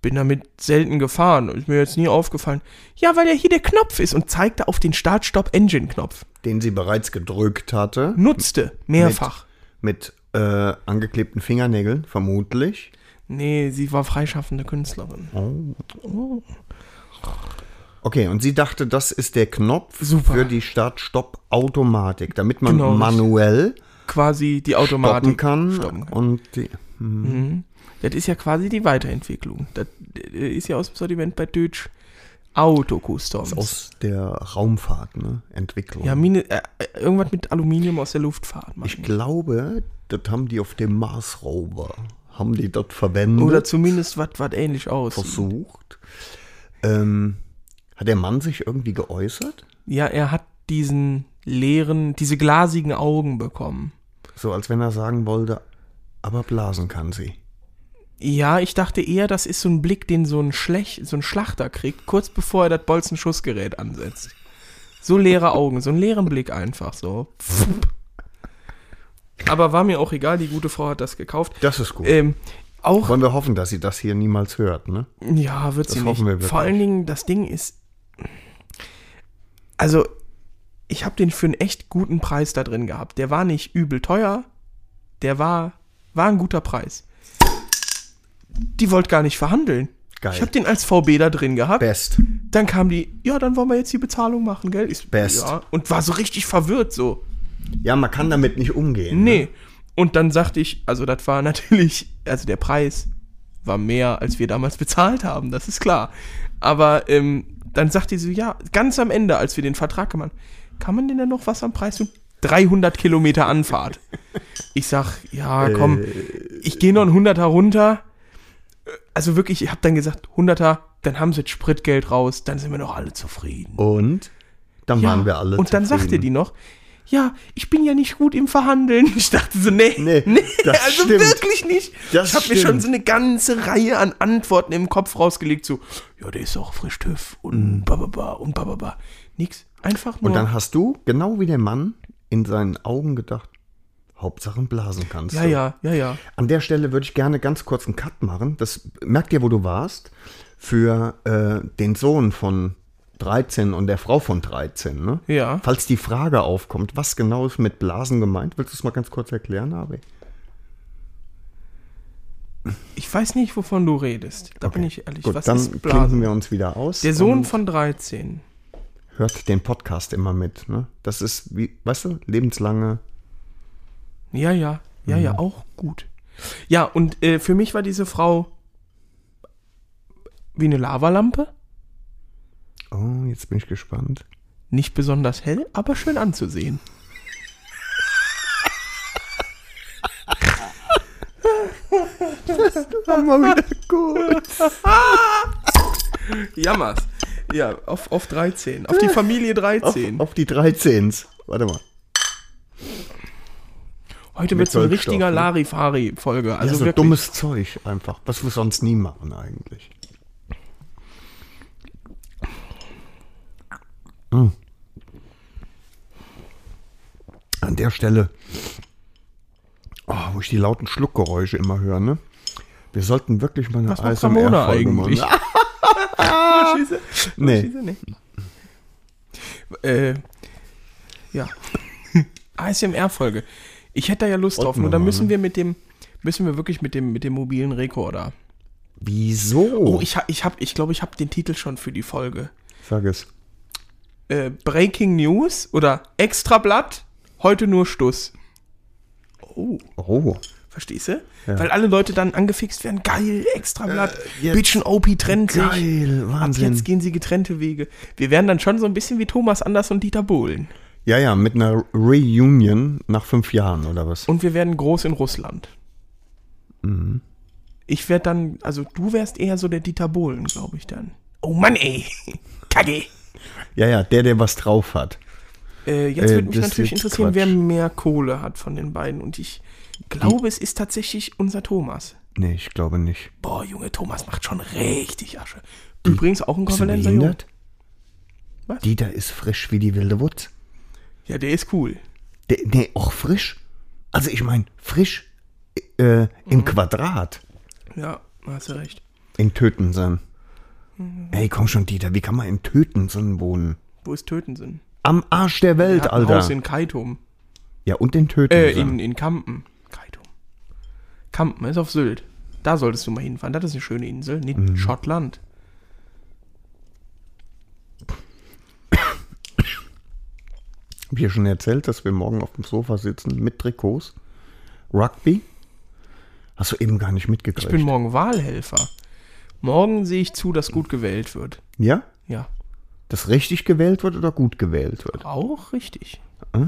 bin damit selten gefahren. Ist mir jetzt nie aufgefallen. Ja, weil ja hier der Knopf ist und zeigte auf den Start-Stop-Engine-Knopf.
den sie bereits gedrückt hatte.
Nutzte mehrfach.
Mit äh, angeklebten Fingernägeln, vermutlich.
Nee, sie war freischaffende Künstlerin.
Oh. Okay, und sie dachte, das ist der Knopf
Super.
für die Start-Stopp-Automatik, damit man
Genau, richtig.
manuell
Quasi die
stoppen
Automatik.
kann. ähm,
stoppen kann. Mhm.
Und die,
Das ist ja quasi die Weiterentwicklung. Das äh, ist ja aus dem Sortiment bei Deutsch Autocustoms.
aus der Raumfahrt, ne? Entwicklung.
Ja, Mine, äh, äh, irgendwas mit Aluminium aus der Luftfahrt. Mann.
ich glaube, Das haben die auf dem Mars Rover, haben die das verwendet,
Oder zumindest was was ähnlich aus.
versucht. Ähm, hat der Mann sich irgendwie geäußert?
Ja, er hat diesen leeren, diese glasigen Augen bekommen.
So als wenn er sagen wollte, aber blasen kann sie.
Ja, ich dachte eher, das ist so ein Blick, den so ein, Schlech, so ein Schlachter kriegt, kurz bevor er das Bolzenschussgerät ansetzt. So leere Augen, so einen leeren Blick einfach so. Aber war mir auch egal, die gute Frau hat das gekauft.
Das ist gut.
Ähm, auch,
Wollen wir hoffen, dass sie das hier niemals hört, ne?
ja, wird sie
das
nicht.
hoffen wir
Vor allen
wirklich.
Dingen, das Ding ist, also ich habe den für einen echt guten Preis da drin gehabt. Der war nicht übel teuer, der war, war ein guter Preis. Die wollte gar nicht verhandeln.
Geil.
Ich habe den als VB da drin gehabt.
Best.
Dann kam die, ja, dann wollen wir jetzt die Bezahlung machen, gell? Ich,
Best.
Ja, und war so richtig verwirrt so.
Ja, man kann damit nicht umgehen. Ne?
Nee. Und dann sagte ich, also das war natürlich, also der Preis war mehr, als wir damals bezahlt haben, das ist klar. Aber ähm, dann sagte sie so, ja, ganz am Ende, als wir den Vertrag gemacht haben, kann man denn denn noch was am Preis tun? 300 Kilometer Anfahrt. Ich sag, ja, komm, ich gehe noch ein 100er runter. Also wirklich, ich habe dann gesagt, 100er, dann haben sie das Spritgeld raus, dann sind wir noch alle zufrieden.
Und dann
Ja,
waren wir alle
Und dann
zufrieden.
sagte die noch, ja, ich bin ja nicht gut im Verhandeln. Ich dachte so, nee,
Nee,
nee,
das
also
stimmt.
wirklich nicht.
Das
ich habe mir schon
stimmt.
so eine ganze Reihe an Antworten im Kopf rausgelegt, so, ja, der ist auch frisch TÜV und bababa und bababa. Nix, einfach nur.
Mhm. Und dann hast du, genau wie der Mann, in seinen Augen gedacht, Hauptsache blasen kannst
ja,
du.
ja, ja, ja.
An der Stelle würde ich gerne ganz kurz einen Cut machen. Das merkt ihr, wo du warst, für äh, den Sohn von 13 und der Frau von 13. Ne?
Ja.
Falls die Frage aufkommt, was genau ist mit Blasen gemeint, willst du es mal ganz kurz erklären, Abi?
Ich weiß nicht, wovon du redest. Da bin ich ehrlich.
Gut,
Was
dann
ist
klinken
Blasen?
wir uns wieder aus.
Der Sohn von 13.
hört den Podcast immer mit. Ne? Das ist, wie, weißt du, lebenslange.
Ja, ja, ja, ja,
Mhm.
auch gut. Ja, und äh, für mich war diese Frau wie eine Lavalampe.
Oh, jetzt bin ich gespannt.
Nicht besonders hell, aber schön anzusehen.
Haben wir wieder gut.
Jammers. Ja, auf, auf 13. Auf die Familie 13.
Auf die 13s. Warte mal.
Heute
Mit
wird so ein
Goldstoff,
richtiger
ne?
Larifari-Folge. Also
Also ja, so
wirklich.
dummes Zeug einfach, was wir sonst nie machen eigentlich. Hm. An der Stelle, oh, wo ich die lauten Schluckgeräusche immer höre, ne? Wir sollten wirklich mal eine
Was macht Ramona
ASMR-Folge
eigentlich?
Machen.
Schieße.
Nee.
Schieße, Ah, nee. Äh, ja. ASMR-Folge. Ich hätte da ja Lust drauf,
Wollten
nur
wir
da
mal,
müssen
ne?
wir mit dem, müssen wir wirklich mit dem, mit dem mobilen Rekorder.
Wieso?
Oh, ich, ha- ich habe, ich glaube, ich habe den Titel schon für die Folge.
Sag es.
Äh, Breaking News oder Extrablatt, heute nur Stuss. Oh,
Oh.
verstehst du? Weil alle Leute dann angefixt werden, geil, Extrablatt,
Äh, jetzt-
Bitchen OP trennt sich.
Geil,
Ab
Wahnsinn.
jetzt gehen sie getrennte Wege. Wir werden dann schon so ein bisschen wie Thomas Anders und Dieter Bohlen.
Ja, ja, mit einer Reunion nach fünf Jahren oder was?
Und wir werden groß in Russland.
Mhm.
Ich werde dann, also du wärst eher so der Dieter Bohlen, glaube ich dann. Oh Mann, ey. Kacke.
Ja, ja, der, der was drauf hat.
Äh, jetzt
Äh,
würde mich
das
natürlich
ist
interessieren, wer
Quatsch.
mehr Kohle hat von den beiden. Und ich glaube, es ist tatsächlich unser Thomas.
Nee, ich glaube nicht.
Boah, Junge, Thomas macht schon richtig Asche. Übrigens auch ein
Bist du
Konvalenzer Junge.
behindert?
Was?
Dieter ist frisch wie die wilde Wutz.
Ja, der ist cool.
Der, nee, auch frisch. Also ich meine, frisch äh,
Mhm.
im Quadrat.
Ja, hast du recht.
In Tötensinn.
Mhm.
Ey, komm schon, Dieter, wie kann man in Tötensinn wohnen?
Wo ist Tötensinn?
Am Arsch der Welt,
Der hat ein Haus
Alter.
in Kaitum.
Ja, und in
Äh,
Tötensinn.
in, in Kampen. Kaitum. Kampen ist auf Sylt. Da solltest du mal hinfahren. Das ist eine schöne Insel. Nee,
Mhm.
Schottland.
Hab ich ja schon erzählt, dass wir morgen auf dem Sofa sitzen mit Trikots. Rugby. Hast du eben gar nicht mitgekriegt.
Ich bin morgen Wahlhelfer. Morgen sehe ich zu, dass gut gewählt wird.
ja?
Ja,
Dass richtig gewählt wird oder gut gewählt wird?
auch richtig.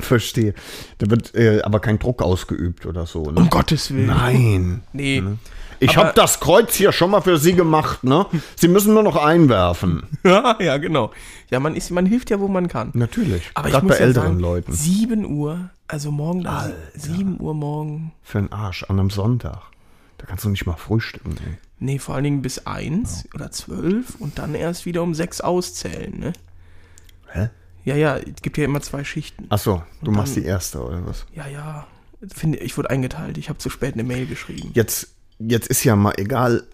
Verstehe. Da wird äh, aber kein Druck ausgeübt oder so. Ne?
Um Gottes Willen.
Nein. Ne?
Nee.
Ich
Aber-
habe das Kreuz hier schon mal für Sie gemacht, ne? Sie müssen nur noch einwerfen.
Ja, ja, genau. Ja, man, ist, man hilft ja, wo man kann.
Natürlich.
Aber ich
Gerade
muss
bei
ja
älteren
sagen,
Leuten.
7 Uhr, also morgen, also 7 Uhr morgen.
Für einen Arsch an einem Sonntag. Da kannst du nicht mal frühstücken. Ey.
Nee, vor allen Dingen bis 1
Genau.
oder 12 und dann erst wieder um 6 auszählen, ne?
Hä?
Ja, ja, es gibt ja immer zwei Schichten.
Ach so, du machst die erste oder was?
Ja, ja. Finde, ich wurde eingeteilt. Ich habe zu spät eine Mail geschrieben.
Jetzt, jetzt ist ja mal egal,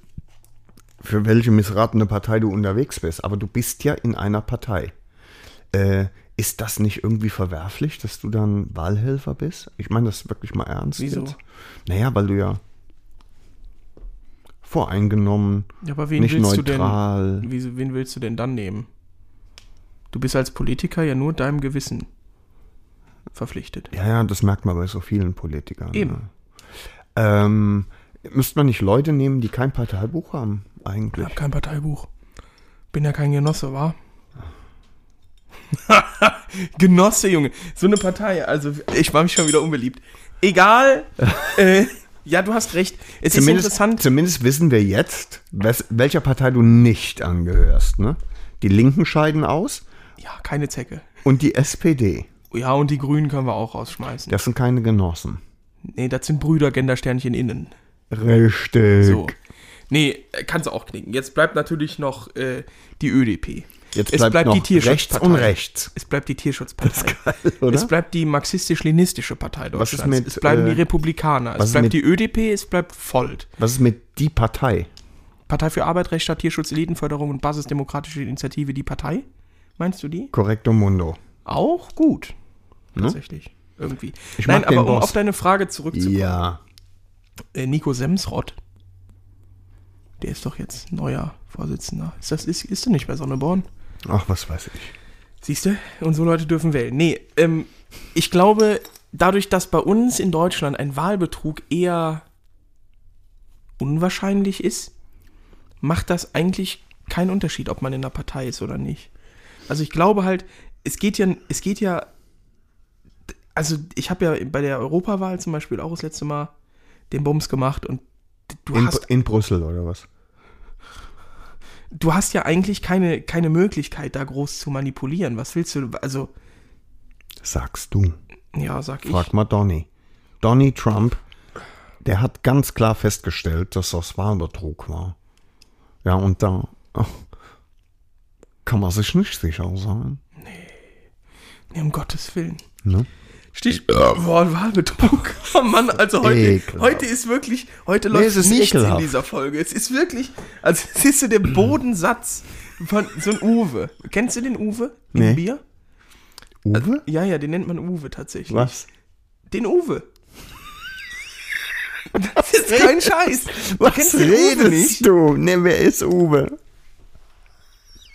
für welche missratene Partei du unterwegs bist, aber du bist ja in einer Partei. Äh, ist das nicht irgendwie verwerflich, dass du dann Wahlhelfer bist? Ich meine das wirklich mal ernst.
Wieso?
Jetzt. Naja, weil du ja voreingenommen,
Ja, aber wen
nicht
willst
neutral.
du denn? Wieso, wen willst du denn dann nehmen? Du bist als Politiker ja nur deinem Gewissen verpflichtet.
Ja, ja, das merkt man bei so vielen Politikern.
Eben.
Ne? Ähm, müsste man nicht Leute nehmen, die kein Parteibuch haben,
Ich
eigentlich?
habe kein Parteibuch. Bin ja kein Genosse, wa? Genosse, Junge. So eine Partei. Also, ich war mich schon wieder unbeliebt. Egal. äh, ja, du hast recht. Es
zumindest,
ist interessant.
zumindest wissen wir jetzt, wes, welcher Partei du nicht angehörst. Ne? Die Linken scheiden aus
Ja, keine Zecke.
und die SPD.
Ja, und die Grünen können wir auch rausschmeißen.
Das sind keine Genossen.
Nee, das sind Brüder Gendersternchen innen.
Richtig.
So. Nee, äh, kannst du auch knicken. Jetzt bleibt natürlich noch äh, die ÖDP.
Jetzt
es
bleibt, noch
die
rechts
Tierschutzpartei.
und rechts.
Es bleibt die Tierschutzpartei.
oder?
Es bleibt die marxistisch-leninistische Partei
ne? Was ist
Deutschlands.
mit,
es bleiben
äh,
die Republikaner.
was
Es
ist
bleibt
mit-
die ÖDP. Es bleibt Volt.
Was ist mit die Partei?
Partei für Arbeit, Recht, Staat, Tierschutz, Elitenförderung und Basisdemokratische Initiative, die Partei? Meinst du die?
Correcto Mundo.
Auch gut. Tatsächlich. Irgendwie.
Ne? Ich
Nein,
mag den
aber um
Boss.
auf deine Frage zurückzukommen.
Ja.
äh, Nico Semsrott. Der ist doch jetzt neuer Vorsitzender. Ist das ist, ist er nicht bei Sonneborn?
Ach, was weiß ich.
Siehst du? Und so Leute dürfen wählen. Nee, ähm, ich glaube, dadurch, dass bei uns in Deutschland ein Wahlbetrug eher unwahrscheinlich ist, macht das eigentlich keinen Unterschied, ob man in einer Partei ist oder nicht. Also ich glaube halt, es geht ja, es geht ja, also ich habe ja bei der Europawahl zum Beispiel auch das letzte Mal den Bums gemacht und du
In,
hast
in Brüssel oder was?
du hast ja eigentlich keine, keine Möglichkeit, da groß zu manipulieren. Was willst du? Also,
Sagst du.
ja, sag ich.
Frag mal Donny. Donny Trump, der hat ganz klar festgestellt, dass das Wahlbetrug war. Ja, und da ach, kann man sich nicht sicher sein.
Nee, um Gottes Willen.
Ne?
Stichwort Wahlbetrug. Oh Mann, also heute,
Ekelhaft.
heute ist wirklich, heute
Nee,
läuft
es ist
nichts in
ekelhaft.
dieser Folge. Es ist wirklich, also siehst du den Bodensatz von so ein Uwe. Kennst du den Uwe? im
Nee.
Bier?
Uwe?
Ja, ja, den nennt man Uwe tatsächlich.
Was?
Den Uwe. Das ist kein Scheiß. Du
Was redest du? Ne, wer ist Uwe?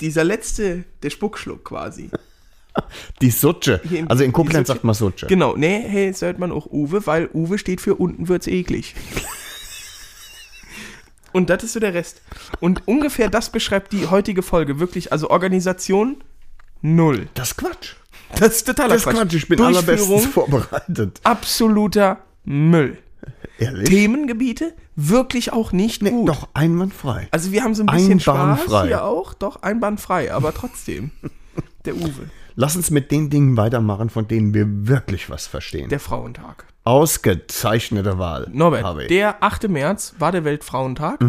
Dieser letzte, der Spuckschluck quasi.
Die Sutsche.
Hier im-
Also in
die
Koblenz
Sutsche.
sagt man Sutsche.
Genau, nee, hey, sagt man auch Uwe, weil Uwe steht für unten wird's eklig. Und das ist so der Rest. Und ungefähr das beschreibt die heutige Folge. Wirklich, also Organisation null.
Das ist Quatsch.
Das ist totaler
Das ist Quatsch. Ich bin allerbestens
Durchführung,
vorbereitet.
absoluter Müll.
Ehrlich?
Themengebiete wirklich auch nicht
Nee,
gut.
doch einwandfrei.
Also wir haben so ein bisschen Spaß
Einbahnfrei.
hier auch. Doch, einbahnfrei, aber trotzdem. Der Uwe,
Lass uns mit den Dingen weitermachen, von denen wir wirklich was verstehen.
der Frauentag.
Ausgezeichnete Wahl. habe
Norbert,
ich. Mhm.
der 8. März war der Weltfrauentag.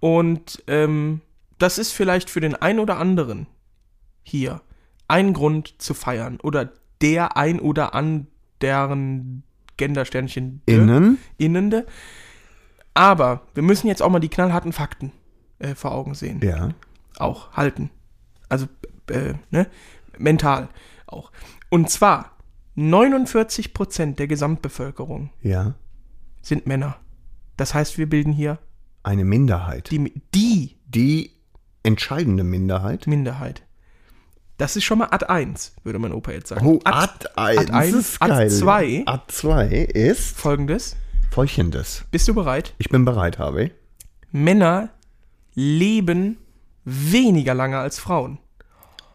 Und ähm, das ist vielleicht für den einen oder anderen hier ein Grund zu feiern. Oder der ein oder anderen Gendersternchen
Innen?
Innende. Aber wir müssen jetzt auch mal die knallharten Fakten äh, vor Augen sehen
Ja.
auch halten. Also äh, ne? mental auch. Und zwar 49% der Gesamtbevölkerung
Ja.
sind Männer. Das heißt, wir bilden hier
Eine Minderheit. Die,
die, die
entscheidende Minderheit.
Minderheit. Das ist schon mal Ad 1, würde mein Opa jetzt sagen.
Oh,
Ad
1
1, Ad 2,
Ad 2 ist
folgendes.
folgendes.
Bist du bereit?
Ich bin bereit, Harvey.
Männer leben weniger lange als Frauen.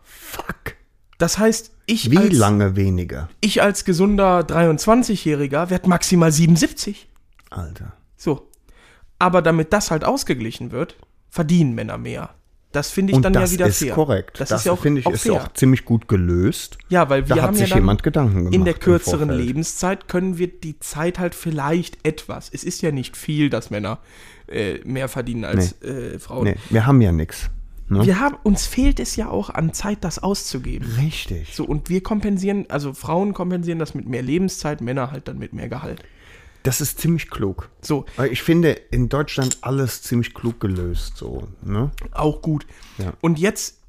Fuck.
Das heißt, ich
Wie
als,
lange weniger?
ich als gesunder 23-Jähriger werde maximal 77.
Alter.
So. Aber damit das halt ausgeglichen wird, verdienen Männer mehr. Das finde ich
Und
dann
das
ja wieder
ist
fair.
korrekt.
Das, ist ja auch,
finde ich,
auch
ist
fair.
auch ziemlich gut gelöst.
ja, weil wir
da
haben
hat sich
ja dann
jemand Gedanken gemacht.
in der
im
kürzeren
Vorfeld.
Lebenszeit können wir die Zeit halt vielleicht etwas. Es ist ja nicht viel, dass Männer äh, mehr verdienen als äh, Frauen.
Nee, wir haben ja nichts. Ne?
Wir haben, uns fehlt es ja auch an Zeit, das auszugeben.
Richtig.
So, und wir kompensieren, also Frauen kompensieren das mit mehr Lebenszeit, Männer halt dann mit mehr Gehalt.
Das ist ziemlich klug.
So,
Aber Ich finde in Deutschland alles ziemlich klug gelöst. So, ne?
auch gut.
Ja.
Und jetzt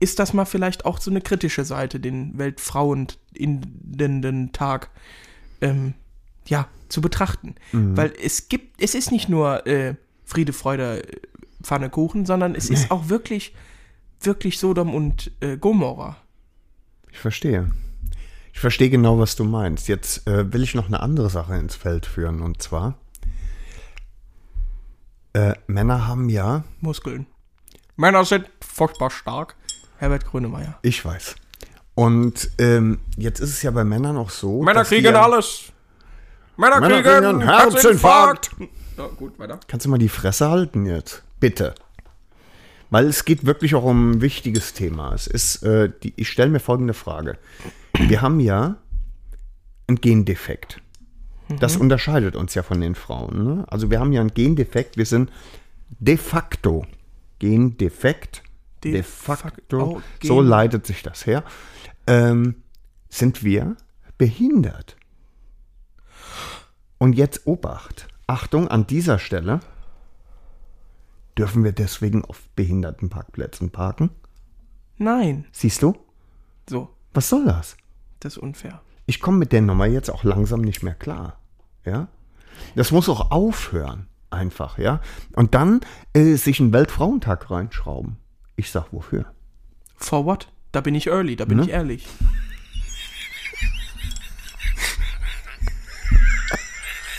ist das mal vielleicht auch so eine kritische Seite, den Weltfrauenindenden-Tag ähm, ja, zu betrachten.
Mhm.
Weil es gibt, es ist nicht nur äh, Friede, Freude, äh, Pfanne, Kuchen, sondern es ist auch wirklich, wirklich Sodom und äh, Gomorra.
Ich verstehe. Ich verstehe genau, was du meinst. Jetzt äh, will ich noch eine andere Sache ins Feld führen. Und zwar, äh, Männer haben ja,
Muskeln. Männer sind furchtbar stark. Herbert Grönemeyer.
ich weiß. Und ähm, jetzt ist es ja bei Männern auch so. dass die ja,
alles. Männer,
Männer kriegen einen Herzinfarkt.
Ja, gut, weiter.
Kannst du mal die Fresse halten jetzt? Bitte. Weil es geht wirklich auch um ein wichtiges Thema. Es ist, äh, die, ich stelle mir folgende Frage. Wir haben ja einen Gendefekt. Das unterscheidet uns ja von den Frauen. Ne? Also wir haben ja einen Gendefekt. Wir sind de facto Gendefekt.
De
De,
facto
facto. So
gen-
leitet sich das her. Ähm, sind wir behindert? Und jetzt Obacht. Achtung, an dieser Stelle dürfen wir deswegen auf Behindertenparkplätzen parken.
Nein.
Siehst du?
So,
Was soll das?
das ist unfair.
Ich komme mit der Nummer jetzt auch langsam nicht mehr klar. Ja? Das muss auch aufhören. Einfach, ja? Und dann äh, sich einen Weltfrauentag reinschrauben. Ich sag wofür.
For what? Da bin ich early, da bin
Ne?
ich ehrlich.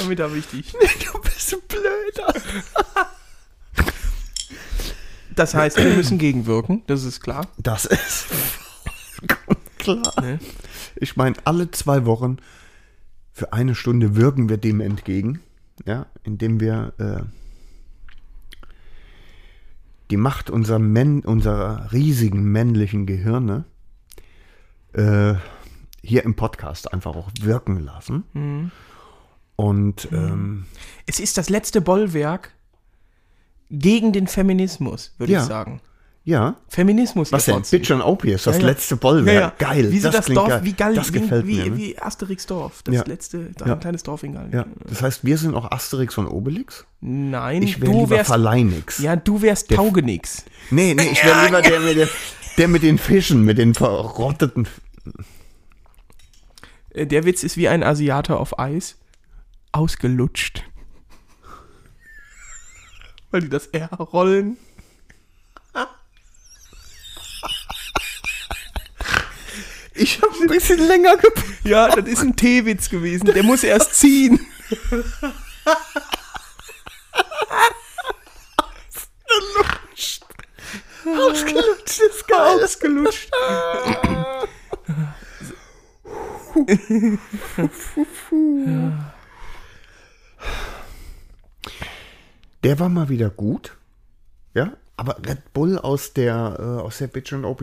Damit habe ich dich.
Du bist blöd.
Das heißt, wir müssen gegenwirken, das ist klar.
Das ist vollkommen klar.
Ne?
Ich meine, alle zwei Wochen für eine Stunde wirken wir dem entgegen, ja, indem wir äh, die Macht unserer, Män unserer riesigen männlichen Gehirne äh, hier im Podcast einfach auch wirken lassen.
Mhm.
Und ähm,
Es ist das letzte Bollwerk gegen den Feminismus, würde
Ja.
ich sagen.
ja,
Feminismus
was denn?
trotzdem.
Bitch on OP ist das
Ja, ja.
letzte Bollwerk.
Ja, ja.
Geil,
wie so
das,
das,
klingt
Dorf,
geil.
wie Galli,
das gefällt
wie,
mir. ne?
wie Asterix Dorf, das
Ja.
letzte, ein
Ja.
kleines Dorf in Gallen.
Ja, das heißt, wir sind auch Asterix und Obelix?
Nein,
Ich wäre lieber Verleinix.
Ja, du wärst Taugenix.
Nee, nee, ich wäre lieber der mit, der, der mit den Fischen, mit den verrotteten.
Äh, Der Witz ist wie ein Asiate auf Eis. Ausgelutscht. Weil die das R rollen.
Ich habe ein bisschen länger gebraucht.
Ja, das ist ein T-Witz gewesen. Der muss erst ziehen.
Ausgelutscht ist geil.
Ausgelutscht.
Der war mal wieder gut. Ja, aber Red Bull aus der, äh, aus der Bitch und OP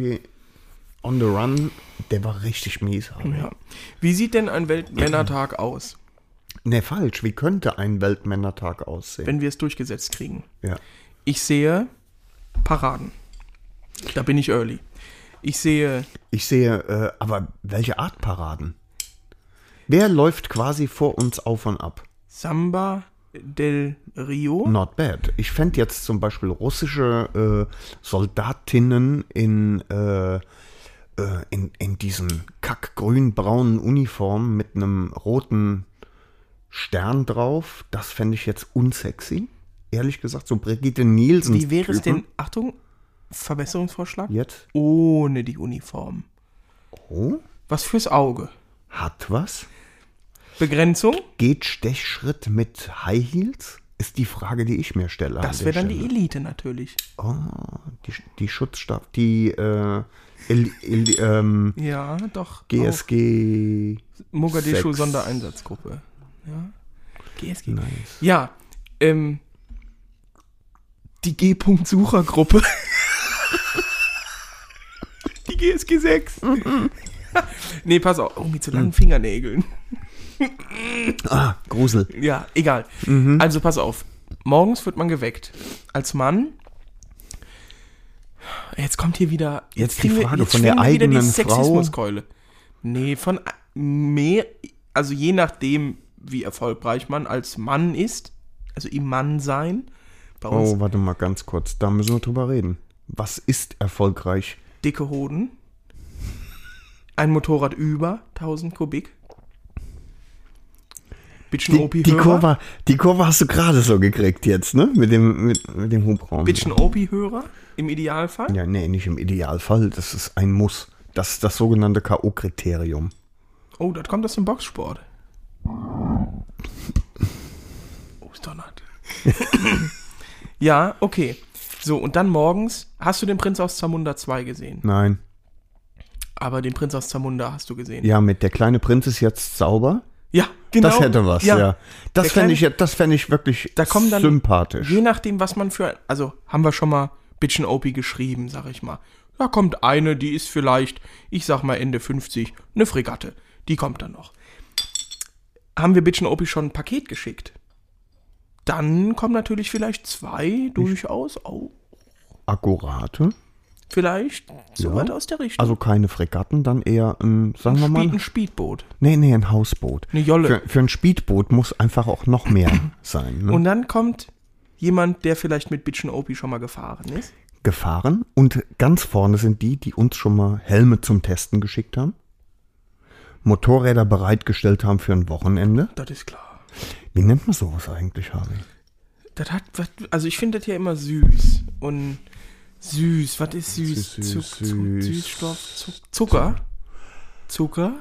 on the Run, der war richtig mies. Aber.
Ja. Wie sieht denn ein Weltmännertag aus,
Nee, falsch. Wie könnte ein Weltmännertag aussehen?
wenn wir es durchgesetzt kriegen?
ja.
Ich sehe Paraden. Da bin ich early. Ich sehe
Ich sehe, äh, aber welche Art Paraden? Wer läuft quasi vor uns auf und ab?
Samba del Rio.
Not bad. Ich fände jetzt zum Beispiel russische äh, Soldatinnen in, äh, äh, in, in diesen kackgrün-braunen Uniformen mit einem roten Stern drauf. Das fände ich jetzt unsexy. Ehrlich gesagt, so Brigitte Nielsen.
Wie wäre es denn, Achtung, Verbesserungsvorschlag?
Jetzt.
Ohne die Uniform.
Oh,
Was fürs Auge.
hat was?
Begrenzung?
Geht Stechschritt mit High Heels? Ist die Frage, die ich mir stelle. an
Das
der
wäre dann die
Stelle.
Elite natürlich.
Oh, die, die Schutzstaff, die äh, El, El, ähm,
Ja, doch. Auch
GSG.
Oh. Mogadischu
sechs. Hm.
Sondereinsatzgruppe. Ja. GSG.
Nice.
Ja, ähm, die G-Punkt-Suchergruppe. die GSG 6. nee, pass auf. Oh, mit so langen Fingernägeln.
Ah, Grusel.
Ja, egal.
Mhm.
Also pass auf. Morgens wird man geweckt. Als Mann. Jetzt kommt hier wieder.
Jetzt die
kriegen
Frage von der
schwingen wieder die
eigenen Frau?
Sexismuskeule. Nee, von a- mehr. Also je nachdem, wie erfolgreich man als Mann ist. Also im Mann sein. Bei uns
Oh, warte mal ganz kurz. Da müssen wir drüber reden. Was ist erfolgreich?
dicke Hoden. Ein Motorrad über 1000 Kubik. Bitchen
Die,
Opi
die,
Hörer.
Kurve, die Kurve hast du gerade so gekriegt jetzt, ne? Mit dem, mit, mit dem Hubraum.
Bitchen Opi Hörer im Idealfall.
Ja, nee, nicht im Idealfall. Das ist ein Muss. Das ist das sogenannte K.O.-Kriterium.
Oh, das kommt aus dem Boxsport. Oh, es donnert. ja, okay. So, und dann morgens hast du den Prinz aus Zamunda 2 gesehen.
Nein.
Aber den Prinz aus Zamunda hast du gesehen.
Ja, mit der kleine Prinz ist jetzt sauber.
Ja, genau.
Das hätte was, ja. Das
Der
fände ich,
kleine-
jetzt- das fänd ich wirklich
Da kommen dann-
sympathisch.
Je nachdem, was man für. Also, haben wir schon mal Bitchen Opie geschrieben, sag ich mal. Da kommt eine, die ist vielleicht, ich sag mal Ende 50, eine Fregatte. Die kommt dann noch. Haben wir Bitchen Opie schon ein Paket geschickt? Dann kommen natürlich vielleicht zwei durchaus auch.
Akkurate.
Vielleicht so
Ja.
weit aus der Richtung.
Also keine Fregatten, dann eher, ein, sagen wir mal,
Speed, ein Speedboot.
nee, nee, ein Hausboot.
Eine Jolle.
Für, für ein Speedboot muss einfach auch noch mehr sein. Ne?
Und dann kommt jemand, der vielleicht mit Bitchen Opie schon mal gefahren ist.
Gefahren. Und ganz vorne sind die, die uns schon mal Helme zum Testen geschickt haben. Motorräder bereitgestellt haben für ein Wochenende.
Das ist klar.
Wie nennt man sowas eigentlich, Harvey?
Das hat, was- also ich finde das ja immer süß und süß. Was ist süß?
Süß, süß,
Zuck- Zuck-
süß.
Süßstoff, Zuck- Zucker, Zucker.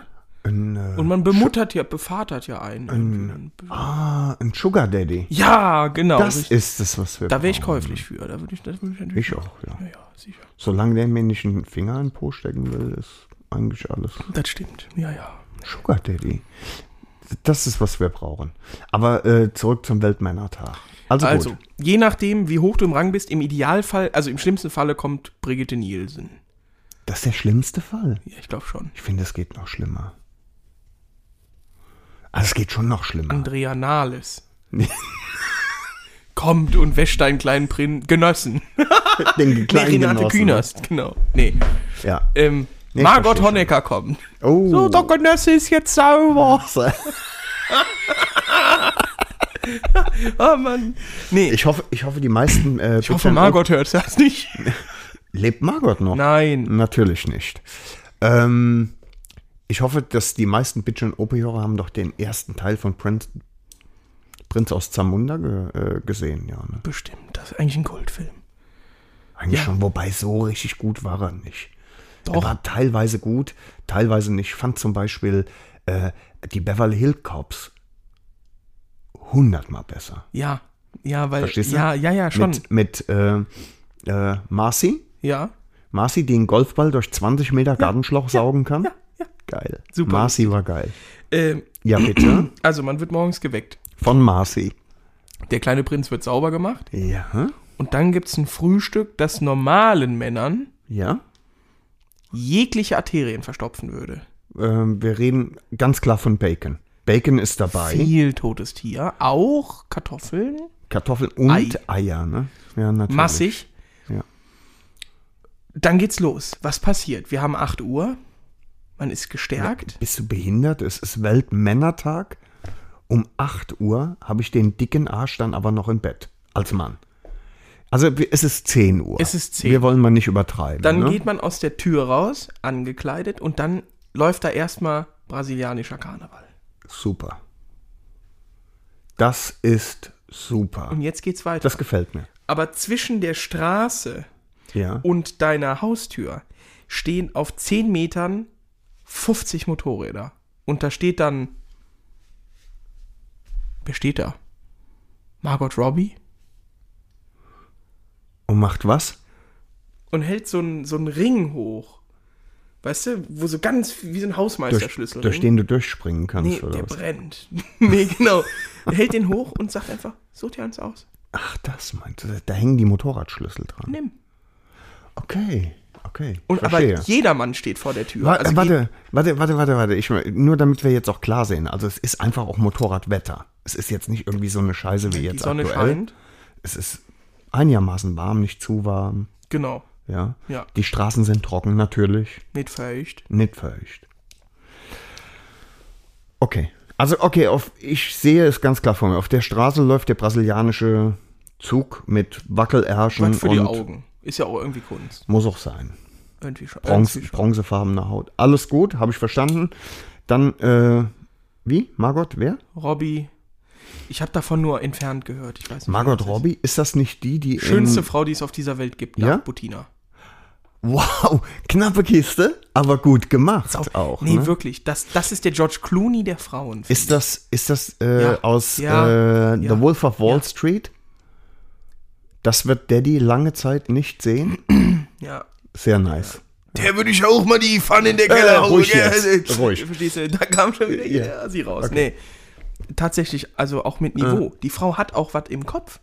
Ein, äh,
Und man bemuttert ja, bevatert ja einen. irgendwie.
ah, ein Sugar Daddy.
ja, genau.
Das
richtig.
ist es, was wir
da wäre ich
brauchen.
käuflich für. Da würde ich, das würde ich natürlich.
Ich auch, ja.
Ja, ja, sicher.
Solange der mir nicht einen Finger in den Po stecken will, ist eigentlich alles.
Das stimmt. Ja, ja.
Sugar Daddy. Das ist, was wir brauchen. Aber äh, zurück zum Weltmännertag. Also,
Also,
gut.
je nachdem, wie hoch du im Rang bist, im Idealfall, also im schlimmsten Falle kommt Brigitte Nielsen.
Das ist der schlimmste Fall.
Ja, ich glaube schon.
Ich finde, es geht noch schlimmer. Also es geht schon noch schlimmer.
Andrea Nahles. Kommt und wäscht deinen kleinen Prin Genossen.
Den
äh, Nee,
kleinen
Renate
Genossen.
Künast, genau. Nee.
Ja.
Ähm,
Nee, ich
Margot
verstehe
Honecker kommt.
Oh.
So, der Genosse ist jetzt sauber. Oh Mann. Nee, ich,
Ah, Ich hoffe, ich hoffe, die meisten. Äh, ich
hoffe, Margot hört das nicht.
Lebt Margot noch?
Nein.
Natürlich nicht. Ähm, ich hoffe, dass die meisten Bitch und Opiohörer haben doch den ersten Teil von Prinz, Prinz aus Zamunda ge, äh, gesehen, ja. Ne?
Bestimmt, das ist eigentlich ein Kultfilm.
Eigentlich
Ja.
schon, wobei so richtig gut war er nicht. Er
Doch.
war teilweise gut, teilweise nicht. Ich fand zum Beispiel äh, die Beverly Hill Cops hundertmal besser.
Ja. Ja, weil.
Verstehst du?
ja, ja, ja, schon.
Mit, mit äh, äh, Marcy,
Ja.
Marcy, die einen Golfball durch 20 Meter Gartenschlauch saugen kann.
ja.
Geil.
Super
Marcy war geil.
Ähm,
Ja, bitte.
also, man wird morgens geweckt.
Von Marcy.
Der kleine Prinz wird sauber gemacht.
Ja.
Und dann gibt es ein Frühstück, das normalen Männern
Ja.
jegliche Arterien verstopfen würde.
Ähm, wir reden ganz klar von Bacon. Bacon ist dabei.
Viel totes Tier. Auch Kartoffeln.
Kartoffeln und
Ei.
Eier, ne? Ja, natürlich.
Massig.
Ja.
Dann geht's los. Was passiert? Wir haben 8 Uhr. Man ist gestärkt.
Bist du behindert? Es ist Weltmännertag. Um 8 Uhr habe ich den dicken Arsch dann aber noch im Bett. Als Mann. Also wir- es ist 10 Uhr.
Es ist 10.
Wir wollen mal nicht übertreiben.
Dann
ne?
geht man aus der Tür raus, angekleidet, und dann läuft da erstmal brasilianischer Karneval.
Super. Das ist super.
Und jetzt geht's weiter.
Das gefällt mir.
Aber zwischen der Straße
Ja.
und deiner Haustür stehen auf 10 Metern 50 Motorräder. Und da steht dann. Wer steht da? Margot Robbie
Und macht was?
und hält so einen, so einen Ring hoch. Weißt du, wo so ganz wie so ein
Durch,
Hausmeisterschlüssel.
durch den du durchspringen kannst,
Nee,
oder
der
was?
brennt. nee, genau. Er hält den hoch und sagt einfach, such dir eins aus.
Ach, das meinst du. Da- Da hängen die Motorradschlüssel dran.
Nimm.
Okay, okay.
Und
verstehe.
aber jedermann steht vor der Tür.
Wa-
Also geht-
warte, warte, warte, warte, warte. Ich, nur damit wir jetzt auch klar sehen. Also es ist einfach auch Motorradwetter. Es ist jetzt nicht irgendwie so eine Scheiße wie jetzt
die Sonne
aktuell.
scheint.
Es ist einigermaßen warm, nicht zu warm.
Genau.
Ja.
Ja.
Die Straßen sind trocken, natürlich.
Nicht feucht.
Nicht feucht. Okay. Also, okay, auf, ich sehe es ganz klar vor mir. Auf der Straße läuft der brasilianische Zug mit Wackelärschen
Was für die
und
Augen. Ist ja auch irgendwie Kunst.
muss auch sein.
Irgendwie schon.
Bronze,
irgendwie schon.
bronzefarbene Haut. Alles gut, habe ich verstanden. Dann, äh, wie? Margot, wer?
Robbie. Ich habe davon nur entfernt gehört. Ich weiß nicht, wer
Margot
das ist.
Robbie? Ist das nicht die, die.
Schönste
in,
Frau, die es auf dieser Welt gibt.
Ja?
Butina.
Wow, knappe Kiste, aber gut gemacht auch.
nee,
ne?
wirklich. Das, das ist der George Clooney der Frauen.
Ist das, ist das äh,
Ja.
aus
Ja.
äh,
Ja.
The Wolf of Wall Street? Das wird Daddy lange Zeit nicht sehen.
ja.
Sehr nice.
Der würde ich auch mal die Pfanne in der
Äh,
Keller
ruhig
gell?
jetzt,
Also,
ruhig.
Verstehst du? Da kam schon wieder
Ja. Äh.
jeder Assi raus. Nee. Tatsächlich, also auch mit Niveau. Die Frau hat auch was im Kopf.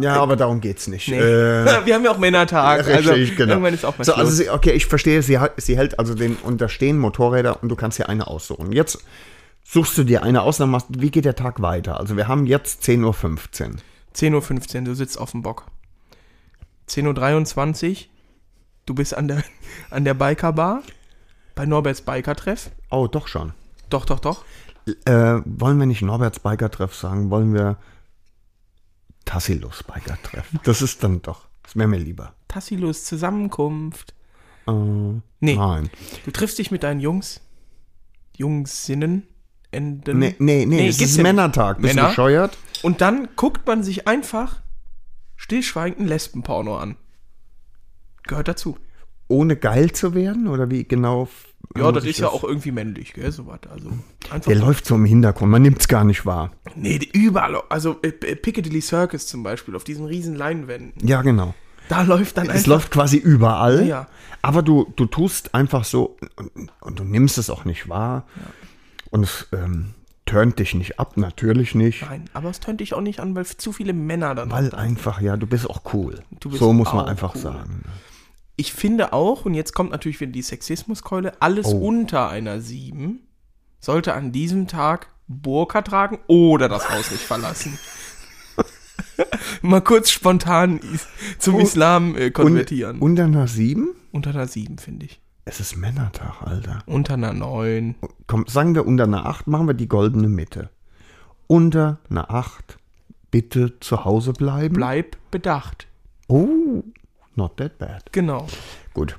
Ja, aber darum geht's nicht.
Nee.
Äh,
Wir haben ja auch Männertag.
richtig,
also,
genau.
Irgendwann ist auch mal
so,
Schluss.
also sie, okay, ich verstehe, sie, hat- sie hält also den, und da stehen Motorräder und du kannst dir eine aussuchen. Jetzt suchst du dir eine aus, dann machst, wie geht der Tag weiter? Also wir haben jetzt 10.15 Uhr.
10.15 Uhr, du sitzt auf dem Bock. 10.23 Uhr, du bist an der, an der Biker-Bar bei Norberts Biker-Treff.
Oh, doch schon.
Doch, doch, doch.
Äh, wollen wir nicht Norberts Biker-Treff sagen? Wollen wir Tassilos Biker-Treff? Das ist dann doch. Das wäre mir lieber.
Tassilos Zusammenkunft.
Äh,
Nee,
Nein.
du triffst dich mit deinen Jungs. Jungsinnen. Enden.
Nee, nee, nee,
Nee,
es
geht's
ist
ja nicht.
Männertag. Bist
Männer?
du bescheuert?
Und dann guckt man sich einfach stillschweigend ein Lesbenporno an. Gehört dazu.
Ohne geil zu werden? Oder wie genau? f-
Ja,
muss
das
ich
ist ja auch irgendwie männlich, gell, so was. Also einfach.
Der läuft so im Hintergrund, man nimmt's gar nicht wahr.
nee, die- überall. Also äh, äh, Piccadilly Circus zum Beispiel, auf diesen riesen Leinwänden.
Ja, genau.
Da läuft dann
Es
einfach.
läuft quasi überall.
Ja.
Aber du, du tust einfach so und, und du nimmst es auch nicht wahr. Und es ähm, turnt dich nicht ab, natürlich nicht.
Nein, aber es tönt dich auch nicht an, weil zu viele Männer dann.
Weil einfach, ja, du bist auch cool.
Du bist
so muss man
auch
einfach
cool.
sagen.
Ich finde auch, und jetzt kommt natürlich wieder die Sexismuskeule, alles
Oh.
unter einer 7 sollte an diesem Tag Burka tragen oder das Haus nicht verlassen. Mal kurz spontan is zum Islam äh,
Und,
konvertieren.
unter einer 7?
unter einer 7, finde ich.
Es ist Männertag, Alter.
Unter einer 9.
Komm, sagen wir unter einer 8, machen wir die goldene Mitte. Unter einer 8, bitte zu Hause bleiben.
Bleib bedacht.
Oh, not that bad.
Genau.
Gut.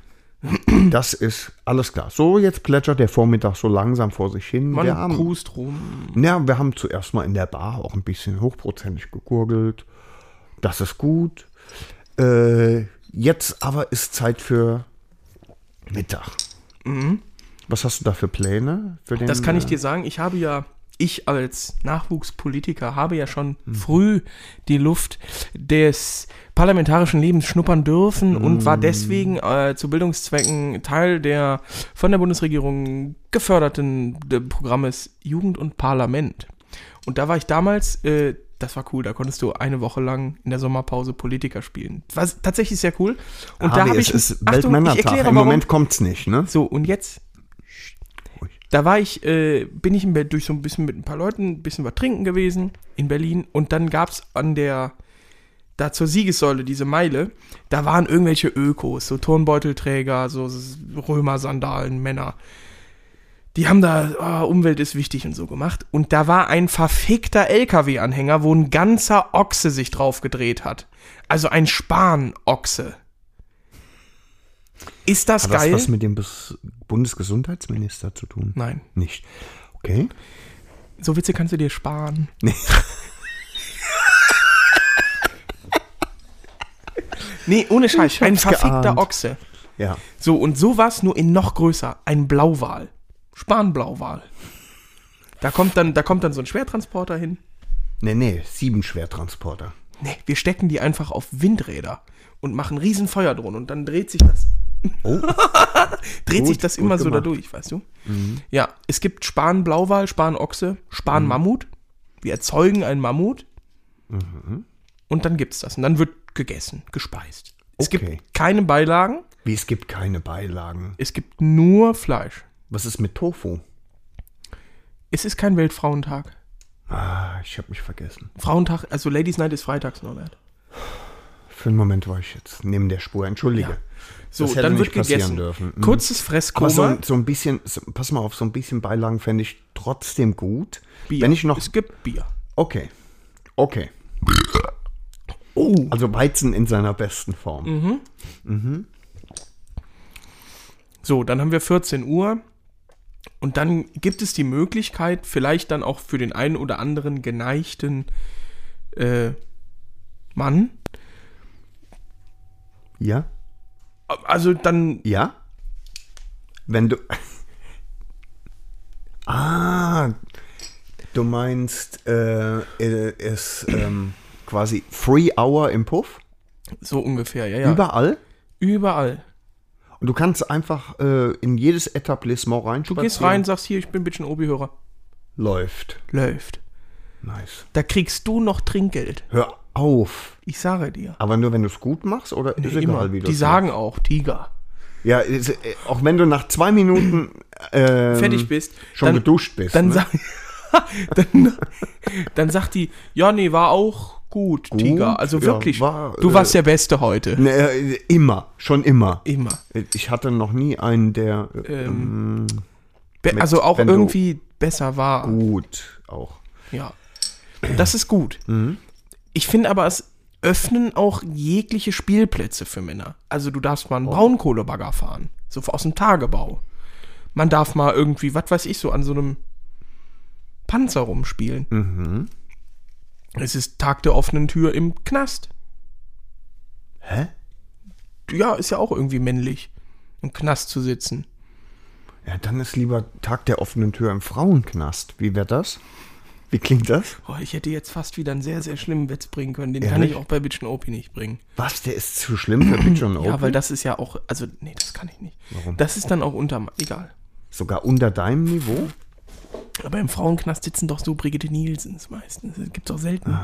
Das ist alles klar. So, jetzt plätschert der Vormittag so langsam vor sich hin.
Man
wir, haben,
cruist rum.
ja, wir haben zuerst mal in der Bar auch ein bisschen hochprozentig gegurgelt. Das ist gut. Äh, jetzt aber ist Zeit für Mittag.
Mhm.
Was hast du da für Pläne? Für den,
Das kann ich
äh,
dir sagen. Ich habe ja, ich als Nachwuchspolitiker habe ja schon
Mhm.
früh die Luft des parlamentarischen Lebens schnuppern dürfen und
Mhm.
war deswegen äh, zu Bildungszwecken Teil der von der Bundesregierung geförderten äh, Programmes Jugend und Parlament. Und da war ich damals, äh, das war cool, da konntest du eine Woche lang in der Sommerpause Politiker spielen. War tatsächlich sehr cool. Und da
Harvey,
habe
äh, es
ich.
ist
Achtung,
Weltmännertag.
ich erkläre,
Im
warum-
Moment kommt's nicht, ne?
so, und jetzt.
Ruhig.
Da war ich, äh, bin ich in Bel- durch so ein bisschen mit ein paar Leuten, ein bisschen was trinken gewesen in Berlin. Und dann gab es an der, da zur Siegessäule, diese Meile, da waren irgendwelche Ökos, so Turnbeutelträger, so S- Römer-Sandalen, Männer. Die haben da, ah, Umwelt ist wichtig und so gemacht. Und da war ein verfickter LKW-Anhänger, wo ein ganzer Ochse sich drauf gedreht hat. Also ein Span-Ochse. Ist das
Hat
geil?
das was mit dem Bes- Bundesgesundheitsminister zu tun?
Nein.
Nicht. Okay.
So Witze kannst du dir sparen.
Nee.
Nee, ohne Scheiß. Ein verfickter
geahnt.
Ochse.
Ja.
So, und so war's nur in noch größer. Ein Blauwal. Spanblauwal. Da kommt dann, da kommt dann so ein Schwertransporter hin.
Nee, nee, sieben Schwertransporter.
Nee, wir stecken die einfach auf Windräder und machen riesen Feuer drin und dann dreht sich das.
Oh.
dreht
Gut,
sich das immer
gut
so
gemacht. Mhm.
dadurch, weißt du? Ja, es gibt Span-Blauwal, Span-Ochse, Span-Mammut. Wir erzeugen einen Mammut.
Mhm.
Und dann gibt's das. Und dann wird gegessen, gespeist. Es
Okay.
gibt keine Beilagen,
Wie es gibt keine Beilagen.
es gibt nur Fleisch.
Was ist mit Tofu?
Es ist kein Weltfrauentag.
Ah, ich habe mich vergessen.
Frauentag, also Ladies Night ist freitags, Norbert.
Für einen Moment war ich jetzt neben der Spur. Entschuldige.
Ja. So,
hätte
dann
nicht
wird
passieren
gegessen.
dürfen. Mhm.
Kurzes
Aber
Fresskoma.
so, ein- so ein bisschen, so, pass mal auf, so ein bisschen Beilagen fände ich trotzdem gut.
Bier.
Wenn ich noch.
Es gibt Bier.
Okay. Okay.
Oh. Mhm.
Also Weizen in seiner besten Form.
So, dann haben wir 14 Uhr. Und dann gibt es die Möglichkeit, vielleicht dann auch für den einen oder anderen geneigten äh, Mann.
Ja?
Also dann
Ja? Wenn du. ah, du meinst, äh, äh, ist ähm, quasi Free Hour im Puff?
so ungefähr, ja, ja.
Überall?
Überall.
Und du kannst einfach äh, in jedes Etablissement reinspazieren.
Du gehst rein, sagst hier, ich bin ein bisschen Obi-Hörer.
Läuft.
Läuft.
Nice.
Da kriegst du noch Trinkgeld.
Hör auf.
Ich sage dir.
Aber nur wenn du es gut machst oder ist egal, wie du
Die
es
sagen auch, Tiger.
machst? Ja, ist, äh, auch wenn du nach zwei Minuten ähm,
Fertig bist.
schon
dann,
geduscht bist.
Dann,
ne?
sag, dann, dann sagt die, ja, nee, war auch gut, Tiger. Also
ja,
wirklich,
war,
du
äh,
warst der Beste heute.
Ne, äh, immer, schon immer.
Immer.
Ich hatte noch nie einen, der äh,
Ähm. Be
Mit-
also auch
wenn du-
irgendwie besser war.
gut auch.
Ja. Das ist gut.
Mhm.
Ich finde aber, es öffnen auch jegliche Spielplätze für Männer. Also du darfst
Oh.
mal einen Braunkohlebagger fahren. So aus dem Tagebau. Man darf mal irgendwie, was weiß ich, so an so einem Panzer rumspielen.
Mhm.
Es ist Tag der offenen Tür im Knast.
Hä?
Ja, ist ja auch irgendwie männlich, im Knast zu sitzen.
Ja, dann ist lieber Tag der offenen Tür im Frauenknast. Wie wäre das? Wie klingt das?
Boah, ich hätte jetzt fast wieder einen sehr, sehr schlimmen Witz bringen können. Den kann
Ehrlich?
ich auch bei Bitch and Opie nicht bringen.
Was, der ist zu schlimm für Bitch und
Ja,
Open?
weil das ist ja auch, also nee, das kann ich nicht. Das ist dann auch unter, egal.
Sogar unter deinem Niveau?
Aber im Frauenknast sitzen doch so Brigitte Nielsens meistens. Das gibt's auch selten.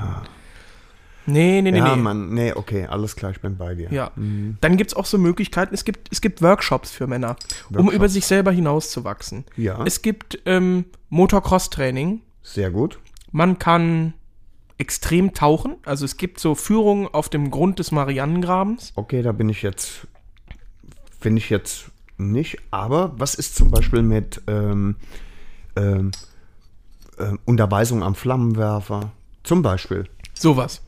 Nee, nee, nee,
ja, Mhm.
nee.
Mann, nee, okay, alles klar, ich bin bei dir.
Ja. Dann gibt's auch so Möglichkeiten, es gibt, es gibt Workshops für Männer, um über sich selber hinauszuwachsen.
Ja.
Es gibt ähm, Motocross-Training.
Sehr gut.
Man kann extrem tauchen. Also es gibt so Führungen auf dem Grund des Marianengrabens.
Okay, da bin ich jetzt, finde ich jetzt nicht. Aber was ist zum Beispiel mit ähm, ähm, ähm, Unterweisung am Flammenwerfer? Zum Beispiel.
Sowas.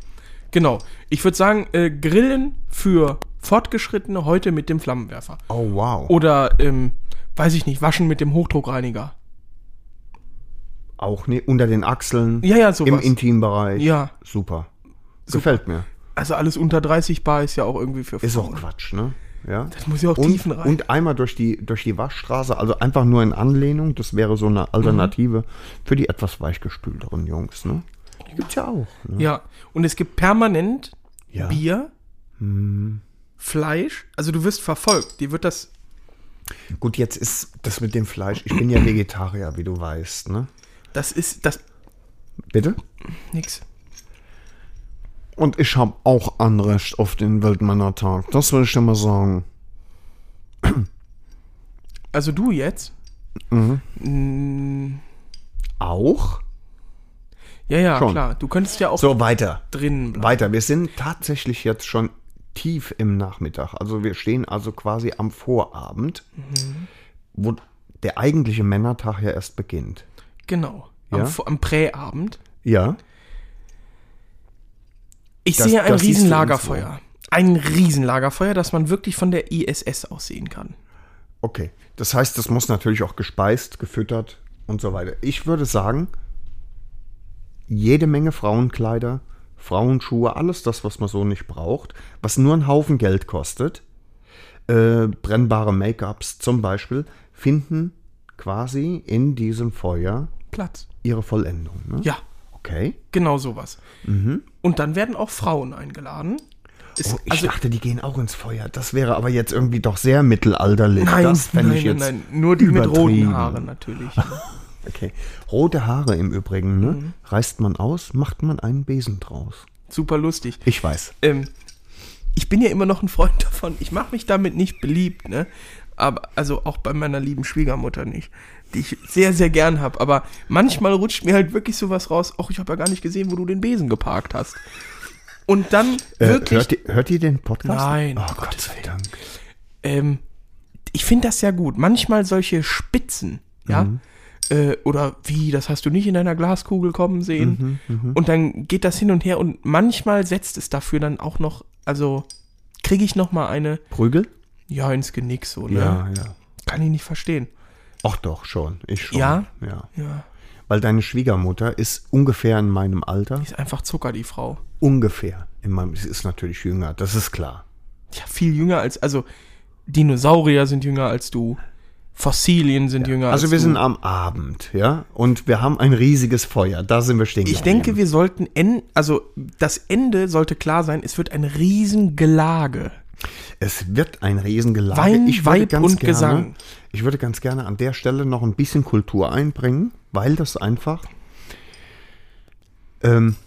Genau. Ich würde sagen, äh, Grillen für Fortgeschrittene heute mit dem Flammenwerfer.
Oh, wow.
Oder, ähm, weiß ich nicht, waschen mit dem Hochdruckreiniger.
Auch ne, unter den Achseln.
Ja, ja, sowas.
Im Intimbereich.
Ja.
Super. Gefällt mir.
Also alles unter 30 Bar ist ja auch irgendwie für
Ist auch
Frauen.
Quatsch, ne? Ja. Das
muss ja auch
und,
Tiefen rein.
Und einmal durch die, durch die Waschstraße, also einfach nur in Anlehnung. Das wäre so eine Alternative für die etwas weichgespülteren Jungs, ne? Die gibt's ja auch. Ne?
Mhm. Ja. Und es gibt permanent
Ja. Hm.
Bier, Fleisch. Also du wirst verfolgt. Dir wird das.
Gut, jetzt ist das mit dem Fleisch. Ich bin ja Vegetarier, wie du weißt, ne?
Das ist. Das.
Bitte?
Nix.
Und ich habe auch Anrecht auf den Weltmännertag. Das will ich dir mal sagen.
Also du jetzt?
Auch?
Ja, ja,
Schon.
klar. Du könntest ja auch
So, weiter.
drinnen bleiben.
Weiter, wir sind tatsächlich jetzt schon tief im Nachmittag. Also wir stehen also quasi am Vorabend, Mhm. wo der eigentliche Männertag ja erst beginnt.
Genau. Am,
Ja?
Vor- am Präabend.
Ja.
Ich
Das-
sehe ein
das siehst du
Riesenlagerfeuer. Ein Riesenlagerfeuer, das man wirklich von der ISS aussehen kann.
Okay. Das heißt, das muss natürlich auch gespeist, gefüttert und so weiter. Ich würde sagen, jede Menge Frauenkleider, Frauenschuhe, alles das, was man so nicht braucht, was nur einen Haufen Geld kostet, äh, brennbare Make-ups zum Beispiel, finden quasi in diesem Feuer
Platz.
ihre Vollendung. Ne?
Ja.
Okay.
Genau sowas. Und dann werden auch Frauen eingeladen. Es-
Mhm.
also,
Oh, ich dachte, die gehen auch ins Feuer. Das wäre aber jetzt irgendwie doch sehr mittelalterlich.
nein,
das fänd
nein,
ich
nein,
jetzt
nein, nur die mit roten
übertrieben.
Haaren natürlich.
Okay. Rote Haare im Übrigen, ne?
Mhm.
Reißt man aus, macht man einen Besen draus.
Super lustig.
Ich weiß.
ähm, ich bin ja immer noch ein Freund davon. Ich mache mich damit nicht beliebt, ne? Aber, also auch bei meiner lieben Schwiegermutter nicht, die ich sehr, sehr gern habe. Aber manchmal rutscht mir halt wirklich sowas raus, ach, ich habe ja gar nicht gesehen, wo du den Besen geparkt hast. Und dann
Äh,
wirklich,
hört, ihr, hört ihr den Podcast?
Nein,
Oh,
um
Gott sei Dank.
ähm, ich finde das ja gut. Manchmal solche Spitzen, ja?
Mhm.
Äh, oder wie, das hast du nicht in deiner Glaskugel kommen sehen.
Mhm,
und dann geht das hin und her und manchmal setzt es dafür dann auch noch, also kriege ich noch mal eine
Prügel?
Ja, ins Genick so, ne?
ja.
Kann ich nicht verstehen.
Ach doch, schon. Ich schon.
Ja?
ja.
Ja,
Weil deine Schwiegermutter ist ungefähr in meinem Alter.
die ist einfach Zucker, die Frau.
Ungefähr. In meinem, sie ist natürlich jünger, das ist klar.
Ja, viel jünger als, also Dinosaurier sind jünger als du. Fossilien sind jünger als
Also wir
du.
sind am Abend, ja? Und wir haben ein riesiges Feuer. Da sind wir stehen
ich denke, wir sollten enden, also das Ende sollte klar sein, es wird ein Riesengelage.
Es wird ein Riesengelage.
Wein,
würde
Weib und Gesang.
Ich würde ganz gerne an der Stelle noch ein bisschen Kultur einbringen, weil das einfach ähm,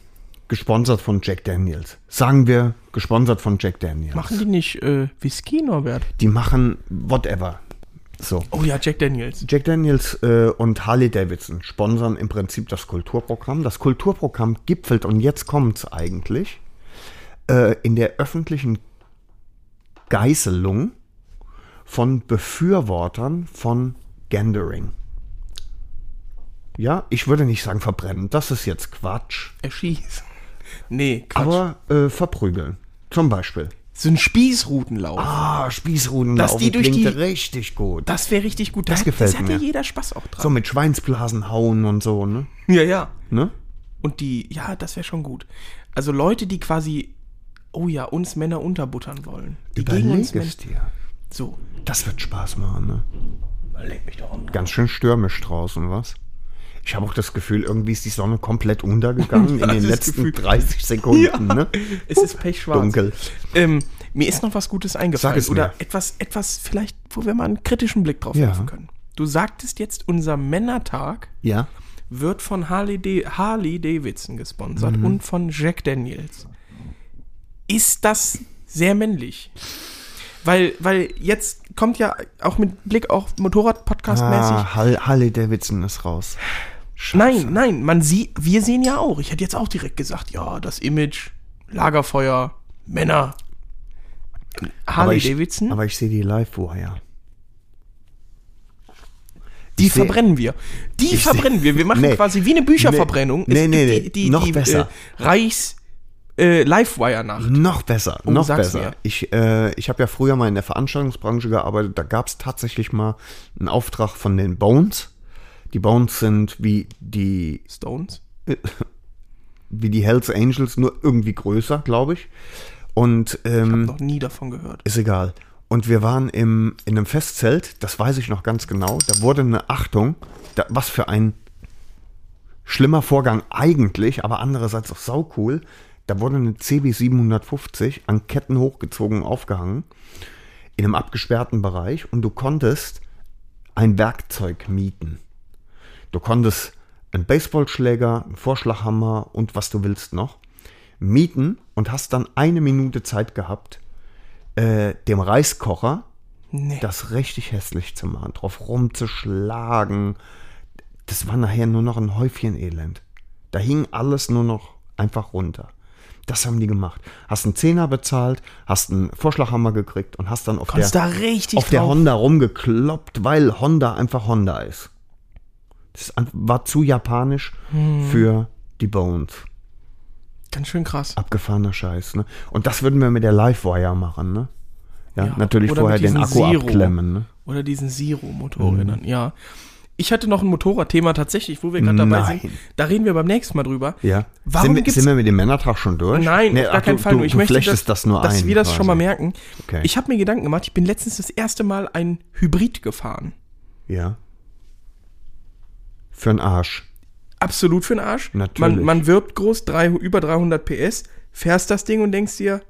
gesponsert von Jack Daniels. Sagen wir, gesponsert von Jack Daniels.
Machen die nicht äh, Whisky, Norbert?
Die machen whatever. So.
Oh ja, Jack Daniels.
Jack Daniels äh, und Harley Davidson sponsern im Prinzip das Kulturprogramm. Das Kulturprogramm gipfelt, und jetzt kommt's eigentlich, äh, in der öffentlichen Geißelung von Befürwortern von Gendering. Ja, ich würde nicht sagen verbrennen, das ist jetzt Quatsch,
Erschieß. Nee, Quatsch.
aber äh, verprügeln. Zum Beispiel.
so ein Spießrutenlauf.
Ah, Spießruden
Dass die durch die-
richtig gut.
Das wäre richtig gut. Das,
gefällt
Das hat ja
mir.
jeder Spaß auch dran.
So mit Schweinsblasen hauen und so, ne?
Ja, ja.
ne?
Und die, ja, das wäre schon gut. Also Leute, die quasi, oh ja, uns Männer unterbuttern wollen. Die
Überleg
Men-
es dir.
So,
Das wird Spaß machen, ne?
leg mich doch an.
Ganz schön stürmisch draußen, was? Ich habe auch das Gefühl, irgendwie ist die Sonne komplett untergegangen in
Das
den
ist
letzten
Gefühl.
30 Sekunden, ne?
Es ist pechschwarz.
Dunkel.
Ähm, mir ist noch was Gutes eingefallen.
Sag es
Oder
mir.
etwas, etwas vielleicht, wo wir mal einen kritischen Blick drauf
Ja.
werfen können. Du sagtest jetzt, unser Männertag
Ja.
wird von Harley, D Harley Davidson
Mhm.
gesponsert und von Jack Daniels. Ist das sehr männlich? Weil, weil jetzt kommt ja auch mit Blick auf Motorrad-Podcast-mäßig.
Ah, Hall Harley Davidson ist raus.
nein, nein, man sieht, wir sehen ja auch. Ich hätte jetzt auch direkt gesagt, ja, das Image, Lagerfeuer, Männer.
Aber
Harley
ich,
Davidson,
Aber ich sehe die Live-Wire.
die
ich seh-
verbrennen wir. Die
ich seh-
verbrennen wir. Wir machen
Nee.
quasi wie eine Bücherverbrennung.
Nee. Nee, nee,
gibt
nee.
Die, die,
Noch
die,
besser.
Äh, Reichs äh, Livewire-Nacht.
Noch besser, noch
Oh, sag's
besser.
mir.
Ich, äh, ich habe ja früher mal in der Veranstaltungsbranche gearbeitet. Da gab es tatsächlich mal einen Auftrag von den Bones. Die Bones sind wie die
Stones.
wie die Hells Angels, nur irgendwie größer, glaube ich. Und ähm,
Noch nie davon gehört.
ist egal. Und wir waren im, in einem Festzelt, das weiß ich noch ganz genau. Da wurde eine Achtung, da, was für ein schlimmer Vorgang eigentlich, aber andererseits auch saucool. Da wurde eine CB 750 an Ketten hochgezogen und aufgehangen in einem abgesperrten Bereich und du konntest ein Werkzeug mieten. Du konntest einen Baseballschläger, einen Vorschlaghammer und was du willst noch mieten und hast dann eine Minute Zeit gehabt, äh, dem Reiskocher
Nee.
das richtig hässlich zu machen, drauf rumzuschlagen. Das war nachher nur noch ein Häufchen Elend. Da hing alles nur noch einfach runter. Das haben die gemacht. Hast einen Zehner bezahlt, hast einen Vorschlaghammer gekriegt und hast dann auf
Konntest
der,
da richtig
auf der
drauf.
Honda rumgekloppt, weil Honda einfach Honda ist. Das ist ein- war zu japanisch
Hm.
für die Bones.
Ganz schön krass.
Abgefahrener Scheiß, ne? Und das würden wir mit der Livewire machen, ne? Ja,
Ja,
natürlich
oder
vorher
mit
den
diesem
Akku
Zero.
abklemmen, ne?
Oder diesen
Mhm.
Zero-Motorrädern, ja. Ich hatte noch ein Motorradthema tatsächlich, wo wir gerade dabei sind.
Nein.
Da reden wir beim nächsten Mal drüber.
Ja.
Warum
sind, wir,
gibt's-
sind wir mit dem Männertag schon durch?
Nein,
Nee,
auf gar
ach,
keinen
du,
Fall.
Du,
nur ich
du
möchte,
flechtest
dass,
das nur
dass
ein.
wir das schon mal
quasi.
merken.
Okay.
Ich habe mir Gedanken gemacht. Ich bin letztens das erste Mal ein Hybrid gefahren.
Ja. Für den Arsch.
absolut für den Arsch.
Natürlich.
Man, man wirbt groß, drei, über 300 PS, fährst das Ding und denkst dir,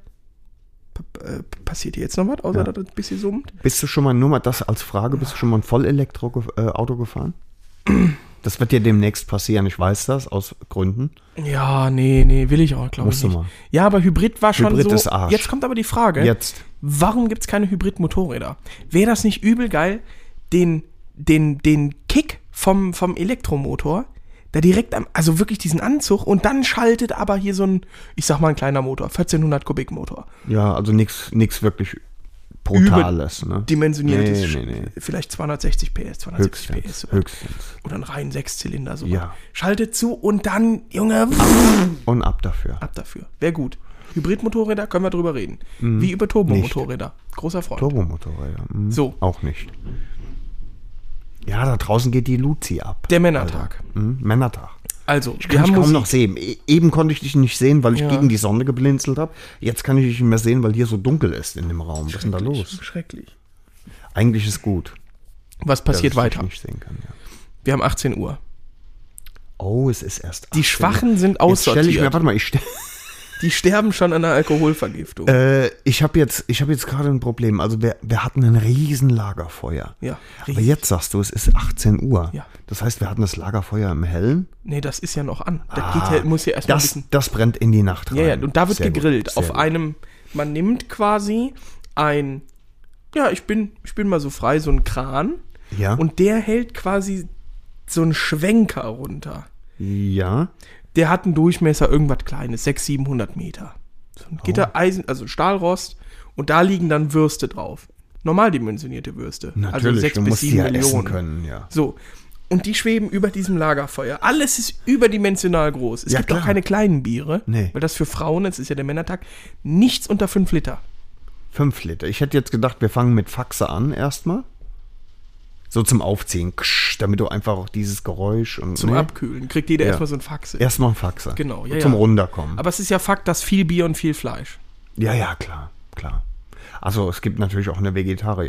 p- äh, passiert hier jetzt noch was, außer
Ja.
dass das ein bisschen summt?
Bist du schon mal, nur mal das als Frage, bist du schon mal ein Vollelektro-Auto gefahren? Das wird dir demnächst passieren, ich weiß das, aus Gründen.
Ja, nee, nee, will ich auch, glaube ich
Musst du
nicht.
mal.
Ja, aber Hybrid war schon
Hybrid
so.
ist Arsch.
Jetzt kommt aber die Frage,
Jetzt.
warum gibt es keine Hybrid-Motorräder? Wäre das nicht übel geil, den, den, den Kick vom, vom Elektromotor, da direkt am, also wirklich diesen Anzug und dann schaltet aber hier so ein, ich sag mal ein kleiner Motor, 1400 Kubik Motor.
Ja, also nichts wirklich Brutales. Ne?
Dimensioniert
nee,
ist
nee, nee.
vielleicht 260 PS, 270 PS.
Höchstens,
so.
höchstens.
Oder ein reinen Sechszylinder so.
Ja.
Schaltet zu und dann, Junge,
Und ab dafür.
ab dafür. Wäre gut. Hybridmotorräder können wir drüber reden.
Mhm.
Wie über Turbomotorräder. Großer Freund.
Turbomotorräder. mhm.
So.
Auch nicht. Ja, da draußen geht die Luzi ab.
Der Männertag.
Mhm, Männertag.
Also,
Wir
wir
kann
haben
ich kaum
Musik.
noch sehen. E- Eben konnte ich dich nicht sehen, weil ich
Ja.
gegen die Sonne geblinzelt habe. Jetzt kann ich dich nicht mehr sehen, weil hier so dunkel ist in dem Raum. Was ist denn da los?
Schrecklich.
Eigentlich ist gut.
Was
dass
passiert
ich dich
weiter?
Nicht sehen kann, ja.
Wir haben 18 Uhr.
Oh, es ist erst.
Die
18.
Schwachen sind
Jetzt stell ich mir,
aussortiert.
warte mal, ich, stell-
Die sterben schon an einer Alkoholvergiftung.
äh, ich habe jetzt, ich habe jetzt gerade ein Problem. Also wir, wir hatten ein riesen Lagerfeuer.
Ja,
Aber jetzt sagst du, es ist 18 Uhr.
Ja.
Das heißt, wir hatten das Lagerfeuer im Hellen.
Nee, das ist ja noch an. Das geht ja, Ah, muss ja erstmal
Ah. das, das brennt in die Nacht rein.
Ja, ja, und da wird
Sehr gut,
gegrillt.
sehr
Auf
gut.
einem, man nimmt quasi ein, ja, ich bin, ich bin mal so frei, so ein Kran.
Ja.
Und der hält quasi so einen Schwenker runter.
Ja.
Der hat einen Durchmesser, irgendwas Kleines, 600, 700 Meter. So ein
Oh.
Gittereisen, also ein Stahlrost. Und da liegen dann Würste drauf. Normal dimensionierte Würste.
Natürlich,
also 6
du
bis
musst die
7
ja essen
Millionen.
können, ja.
So. Und die schweben über diesem Lagerfeuer. Alles ist überdimensional groß. Es
Ja,
gibt auch
klar.
keine kleinen Biere,
Nee.
weil das für Frauen, das ist ja der Männertag, nichts unter 5 Liter.
5 Liter. Ich hätte jetzt gedacht, wir fangen mit Faxe an erstmal. So zum Aufziehen, Ksch, damit du einfach auch dieses Geräusch und
Zum
nee.
Abkühlen kriegt jeder
Ja.
erstmal so ein Faxe.
erstmal ein Faxe.
Genau, ja,
zum
ja.
runterkommen.
Aber es ist ja Fakt, dass viel Bier und viel Fleisch.
ja, ja, klar, klar. Also es gibt natürlich auch eine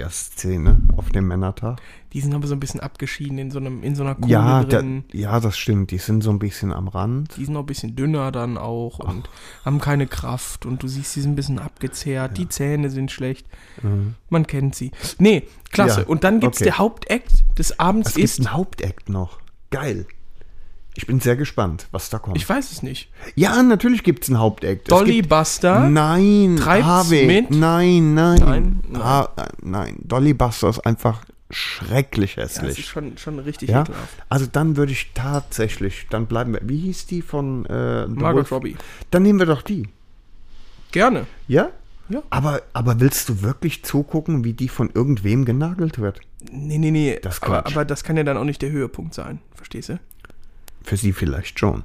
Vegetarier-Szene auf dem Männertag.
Die sind aber so ein bisschen abgeschieden in so, einem, in so einer Kuhle
Ja, da,
drin.
ja, das stimmt. Die sind so ein bisschen am Rand.
Die sind noch ein bisschen dünner dann auch und haben keine Kraft und du siehst, die sind ein bisschen abgezehrt, die Zähne sind schlecht. Man kennt sie. Nee, klasse.
Mhm. Ja,
Und dann gibt's
okay.
der Hauptakt des Abends
Es gibt
ist.
einen Hauptakt noch. Geil. Ich bin sehr gespannt, was da kommt.
Ich weiß es nicht.
ja, natürlich gibt es einen Hauptakt. es
Dolly
gibt
Buster.
Nein,
Treibt's
Harvey.
mit?
Nein, nein.
Nein,
Nein,
nein.
nein. nein. Dolly Buster ist einfach schrecklich
Das ist
hässlich.
schon, schon richtig
Ja,
ekelhaft.
also dann würde ich tatsächlich, dann bleiben wir. Wie hieß die von äh, The
Margot
Wolf?
Robbie.
Dann nehmen wir doch die,
Gerne.
ja?
Ja.
Aber, aber willst du wirklich zugucken, wie die von irgendwem genagelt wird?
Nee, nee, nee.
Das ist
aber,
Quatsch.
aber das kann ja dann auch nicht der Höhepunkt sein. Verstehst du?
Für sie vielleicht schon.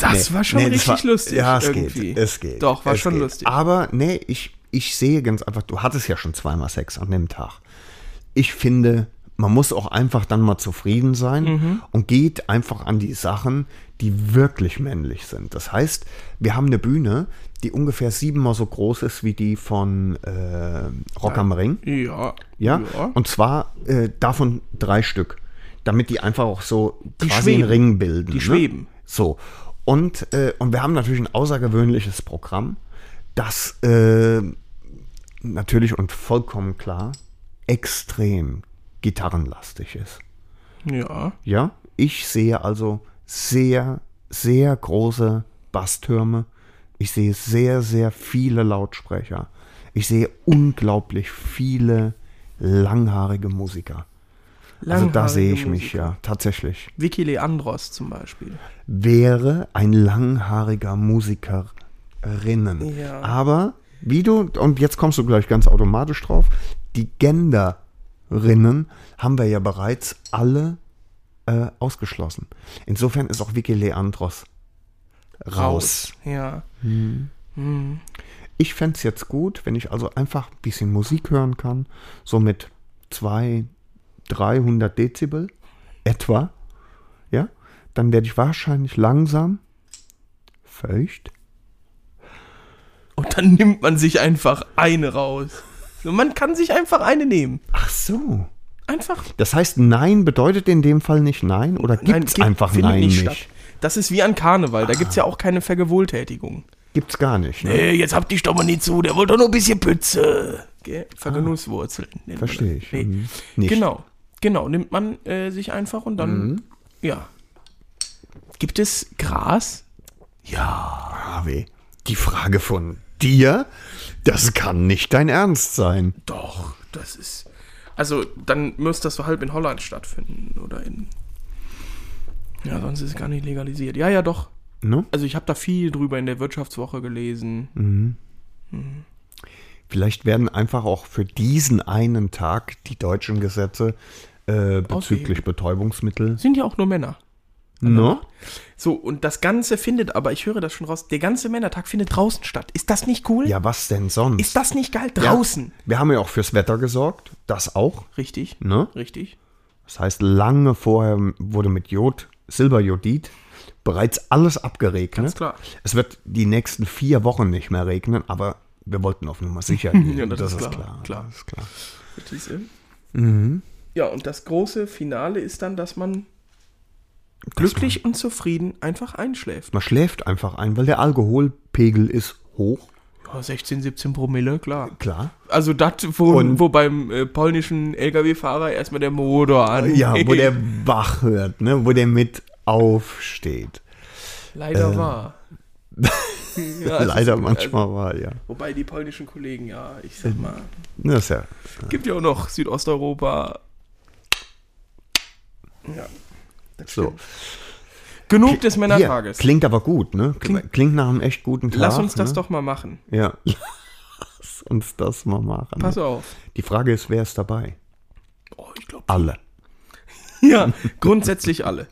Das
Nee,
war schon
nee, das
richtig
war-
lustig.
Ja, es
irgendwie.
geht. Es geht.
Doch, war
es
schon
geht.
lustig.
Aber nee, ich, ich sehe ganz einfach, du hattest ja schon zweimal Sex an dem Tag. Ich finde, man muss auch einfach dann mal zufrieden sein
Mhm.
und geht einfach an die Sachen, die wirklich männlich sind. Das heißt, wir haben eine Bühne, die ungefähr siebenmal so groß ist wie die von äh, Rock am Ring.
ja.
Ja? Und zwar äh, davon drei Stück, damit die einfach auch so
Die
quasi
schweben.
einen Ring bilden. ne?
Die schweben.
So. Und, äh, und wir haben natürlich ein außergewöhnliches Programm, das äh, natürlich und vollkommen klar extrem gitarrenlastig ist.
ja.
Ja, ich sehe also sehr, sehr große Basstürme. Ich sehe sehr, sehr viele Lautsprecher. Ich sehe unglaublich viele langhaarige Musiker. also da
Langhaarige
sehe ich mich
Musik.
ja tatsächlich.
Vicky Leandros zum Beispiel.
Wäre ein langhaariger Musikerinnen.
Ja.
Aber wie du, und jetzt kommst du gleich ganz automatisch drauf, die Genderinnen haben wir ja bereits alle äh, ausgeschlossen. Insofern ist auch Vicky Leandros raus.
Ja.
Ich fände es jetzt gut, wenn ich also einfach ein bisschen Musik hören kann, so mit 200, 300 Dezibel etwa. Ja, dann werde ich wahrscheinlich langsam feucht.
Und dann nimmt man sich einfach eine raus. So, Man kann sich einfach eine nehmen.
Ach so.
Einfach
Das heißt, Nein bedeutet in dem Fall nicht Nein oder
Nein,
gibt es
gibt-
einfach
findet
Nein nicht?
statt. Das ist wie an Karneval, da gibt es ja auch keine Vergewohltätigung.
Gibt's gar nicht. Ne?
Hey, Äh, jetzt habt ihr doch mal nicht zu, der wollte doch nur ein bisschen Pütze. Okay? Vergenusswurzeln. nennt man
Verstehe
das.
ich.
Nee.
Mhm. Nicht.
Genau, genau, nimmt man äh, sich einfach und dann, ja. Gibt es Gras?
Harvey, die Frage von dir, das kann nicht dein Ernst sein.
Doch, das ist. Also, dann müsste das so halb in Holland stattfinden oder in. Ja, sonst ist es gar nicht legalisiert. Ja, ja, doch.
Ne?
Also, ich habe da viel drüber in der Wirtschaftswoche gelesen.
Mhm. Vielleicht werden einfach auch für diesen einen Tag die deutschen Gesetze äh, bezüglich Betäubungsmittel.
Sind ja auch nur Männer.
Ne?
So, und das Ganze findet, aber ich höre das schon raus, der ganze Männertag findet draußen statt. Ist das nicht cool?
Ja, was denn sonst?
Ist das nicht geil? Draußen.
Ja, wir haben ja auch fürs Wetter gesorgt, das auch.
Richtig.
Ne?
Richtig.
Das heißt, lange vorher wurde mit Jod, Silberjodid, bereits alles abgeregnet.
Ganz klar.
Es wird die nächsten vier Wochen nicht mehr regnen, aber wir wollten auf Nummer sicher gehen.
Ja, das ist klar, klar.
Das ist klar.
Das ist, äh,
Mhm.
Ja, und das große Finale ist dann, dass man glücklich und zufrieden einfach einschläft.
Man schläft einfach ein, weil der Alkoholpegel ist hoch,
Ja, 16, 17 Promille, klar.
klar.
Also das, wo,
Und-
wo beim äh, polnischen Lkw-Fahrer erstmal der Motor an.
Äh, Ja, wo der wach hört, ne? wo der mit aufsteht.
Leider war. Ja, es
Leider
ist- äh,
manchmal war, ja.
Wobei die polnischen Kollegen, ja, ich sag mal,
Das ist Ähm, ja.
gibt ja auch noch Südosteuropa. Ja. Das
So.
stimmt. Genug des
Hier,
Männertages.
klingt aber gut, ne? Klingt, nach einem echt guten Tag.
Lass uns das
ne?
doch mal machen.
Ja, lass uns das mal machen.
Pass auf.
Die Frage ist, wer ist dabei?
Oh, ich glaube.
Alle.
Ja, grundsätzlich alle.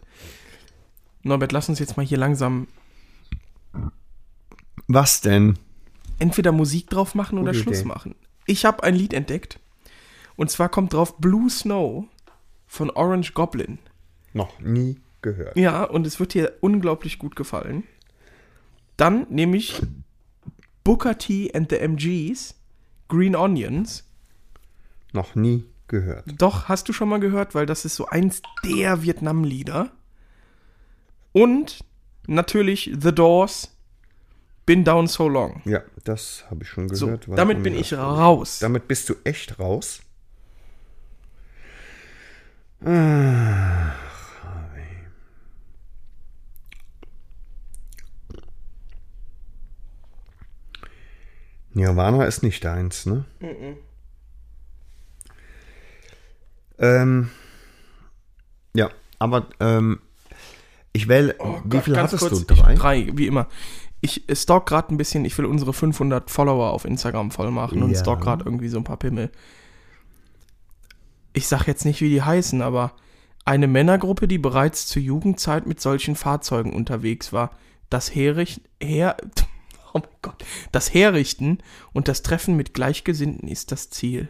Norbert, lass uns jetzt mal hier langsam
Was denn?
entweder Musik drauf machen oder
Gute
Schluss
Idee.
machen. Ich habe ein Lied entdeckt. Und zwar kommt drauf Blue Snow von Orange Goblin.
Noch nie gehört.
Ja, und es wird dir unglaublich gut gefallen. Dann nehme ich Booker T and the MGs, Green Onions.
Noch nie gehört.
Doch, hast du schon mal gehört, weil das ist so eins der Vietnam-Lieder. Und natürlich The Doors, Been Down So Long.
Ja, das habe ich schon
So,
gehört. weil
damit
du
bin
mir
ich
das-
raus.
Damit bist du echt raus. Ah, Ach, Nirvana ist nicht deins, ne? Ähm, ja, aber ähm, ich wähle. wie
Oh Gott,
viel
ganz
hattest
kurz,
du? Drei?
Ich, drei, wie immer. Ich äh, stalk gerade ein bisschen, ich will unsere 500 Follower auf Instagram voll machen und
Ja.
stalk gerade irgendwie so ein paar Pimmel. Ich sag jetzt nicht, wie die heißen, aber eine Männergruppe, die bereits zur Jugendzeit mit solchen Fahrzeugen unterwegs war. Das Herricht, Her, oh mein Gott, das Herrichten und das Treffen mit Gleichgesinnten ist das Ziel.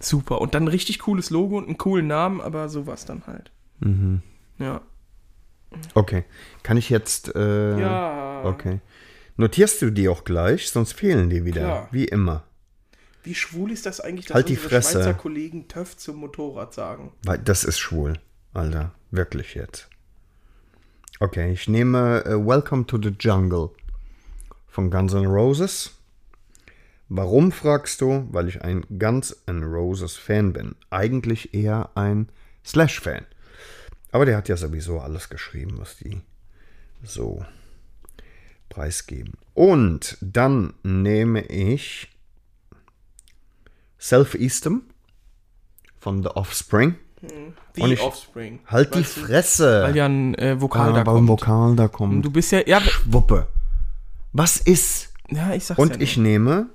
Super. Und dann ein richtig cooles Logo und einen coolen Namen, aber sowas dann halt. Mhm. Ja.
Okay. Kann ich jetzt. Äh,
Ja.
Okay. Notierst du die auch gleich, sonst fehlen die wieder.
Klar.
Wie immer.
Wie schwul ist das eigentlich, dass
Halt die Fresse.
Schweizer Kollegen Töff zum Motorrad sagen?
Weil das ist schwul, Alter. Wirklich jetzt. Okay, ich nehme äh, Welcome to the Jungle von Guns N' Roses. Warum fragst du? Weil ich ein Guns N' Roses Fan bin. Eigentlich eher ein Slash Fan. Aber der hat ja sowieso alles geschrieben, was die so preisgeben. Und dann nehme ich Self Eastem von The Offspring.
The
Und ich- Ah,
Offspring.
Halt die Fresse!
Weil ja ein äh, Vokal da
aber ein
kommt.
Vokal da kommt.
Du bist ja, ja,
Schwuppe. Was ist?
ja ich sag's ja
Und
nur.
ich nehme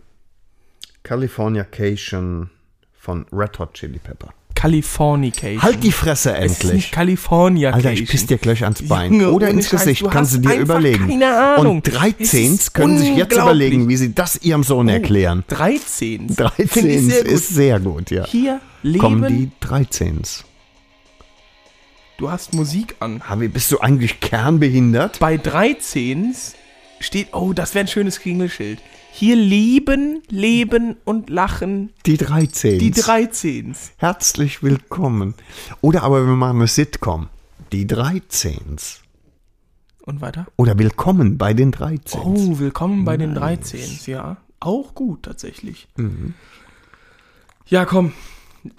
California Cation von Red Hot Chili Pepper.
Californication.
Halt die Fresse
es ist nicht
endlich.
California
Alter, ich piss dir gleich ans Bein.
Junge,
Oder
ohne
ins
Scheiß,
Gesicht.
du
Kannst du
hast
dir
einfach
überlegen.
keine Ahnung.
Und
Es
13
ist
können sich jetzt
unglaublich.
überlegen, wie sie das ihrem Sohn erklären.
13.
13
Find ich sehr gut.
ist sehr gut, ja.
Hier leben.
Kommen die 13s.
Du hast Musik an.
Harvey, bist du eigentlich kernbehindert?
Bei 13 steht, oh, das wäre ein schönes Klingelschild. Hier lieben, leben und lachen
Die 13.
die 13.
Herzlich willkommen. Oder aber wir machen eine Sitcom. Die 13.
Und weiter?
Oder willkommen bei den 13.
Oh, willkommen bei den 13. Ja, auch gut tatsächlich.
Mhm.
Ja, komm.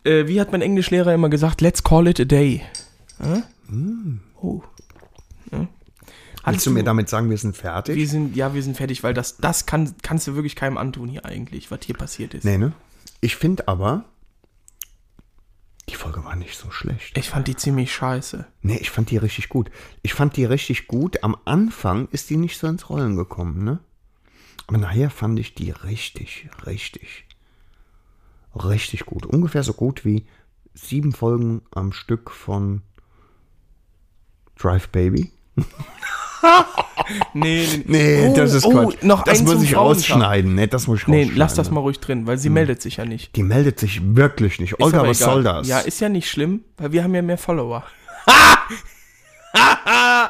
Äh, wie hat mein Englischlehrer immer gesagt? Let's call it a day. Hä?
Mhm.
Oh. Ja.
Willst du mir damit sagen, wir sind fertig?
Wir sind, ja, wir sind fertig, weil das, das kann, kannst du wirklich keinem antun hier eigentlich, was hier passiert ist.
Nee, ne? Ich finde aber, die Folge war nicht so schlecht.
Ich fand die ziemlich scheiße.
Nee, ich fand die richtig gut. Ich fand die richtig gut. Am Anfang ist die nicht so ins Rollen gekommen, ne? Aber nachher fand ich die richtig, richtig, richtig gut. Ungefähr so gut wie sieben Folgen am Stück von Drive Baby.
Nee,
Nee,
Oh,
das ist
oh,
Quatsch.
noch
das
einen
muss
zum
ich
Frauentag.
rausschneiden. Oh, Mhm. Nee, das muss ich
Nee,
rausschneiden.
lass das mal ruhig drin, weil sie meldet sich ja nicht.
Die meldet sich wirklich nicht.
Ist
Olga,
aber
was
egal.
soll das?
Ja, ist ja nicht schlimm, weil wir haben ja mehr Follower.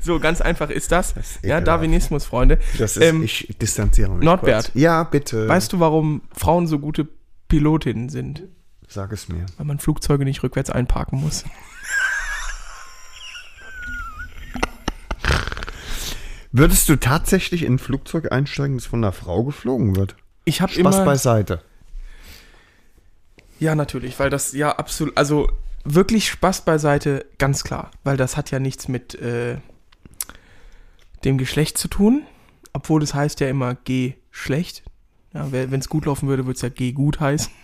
so, ganz einfach ist das.
ist
ja,
ekelhaft.
Darwinismus, Freunde.
das ist,
ähm,
ich distanziere mich
Nordbert.
Kurz. Ja, bitte.
Weißt du, warum Frauen so gute Pilotinnen sind?
Sag es mir.
Weil man Flugzeuge nicht rückwärts einparken muss.
Würdest du tatsächlich in ein Flugzeug einsteigen, das von einer Frau geflogen wird?
Ich habe
Spaß
immer.
beiseite.
Ja, natürlich, weil das ja absolut, also wirklich Spaß beiseite, ganz klar, weil das hat ja nichts mit äh, dem Geschlecht zu tun, obwohl es heißt ja immer G schlecht. Ja, wenn es gut laufen würde, würde es ja G gut heißen.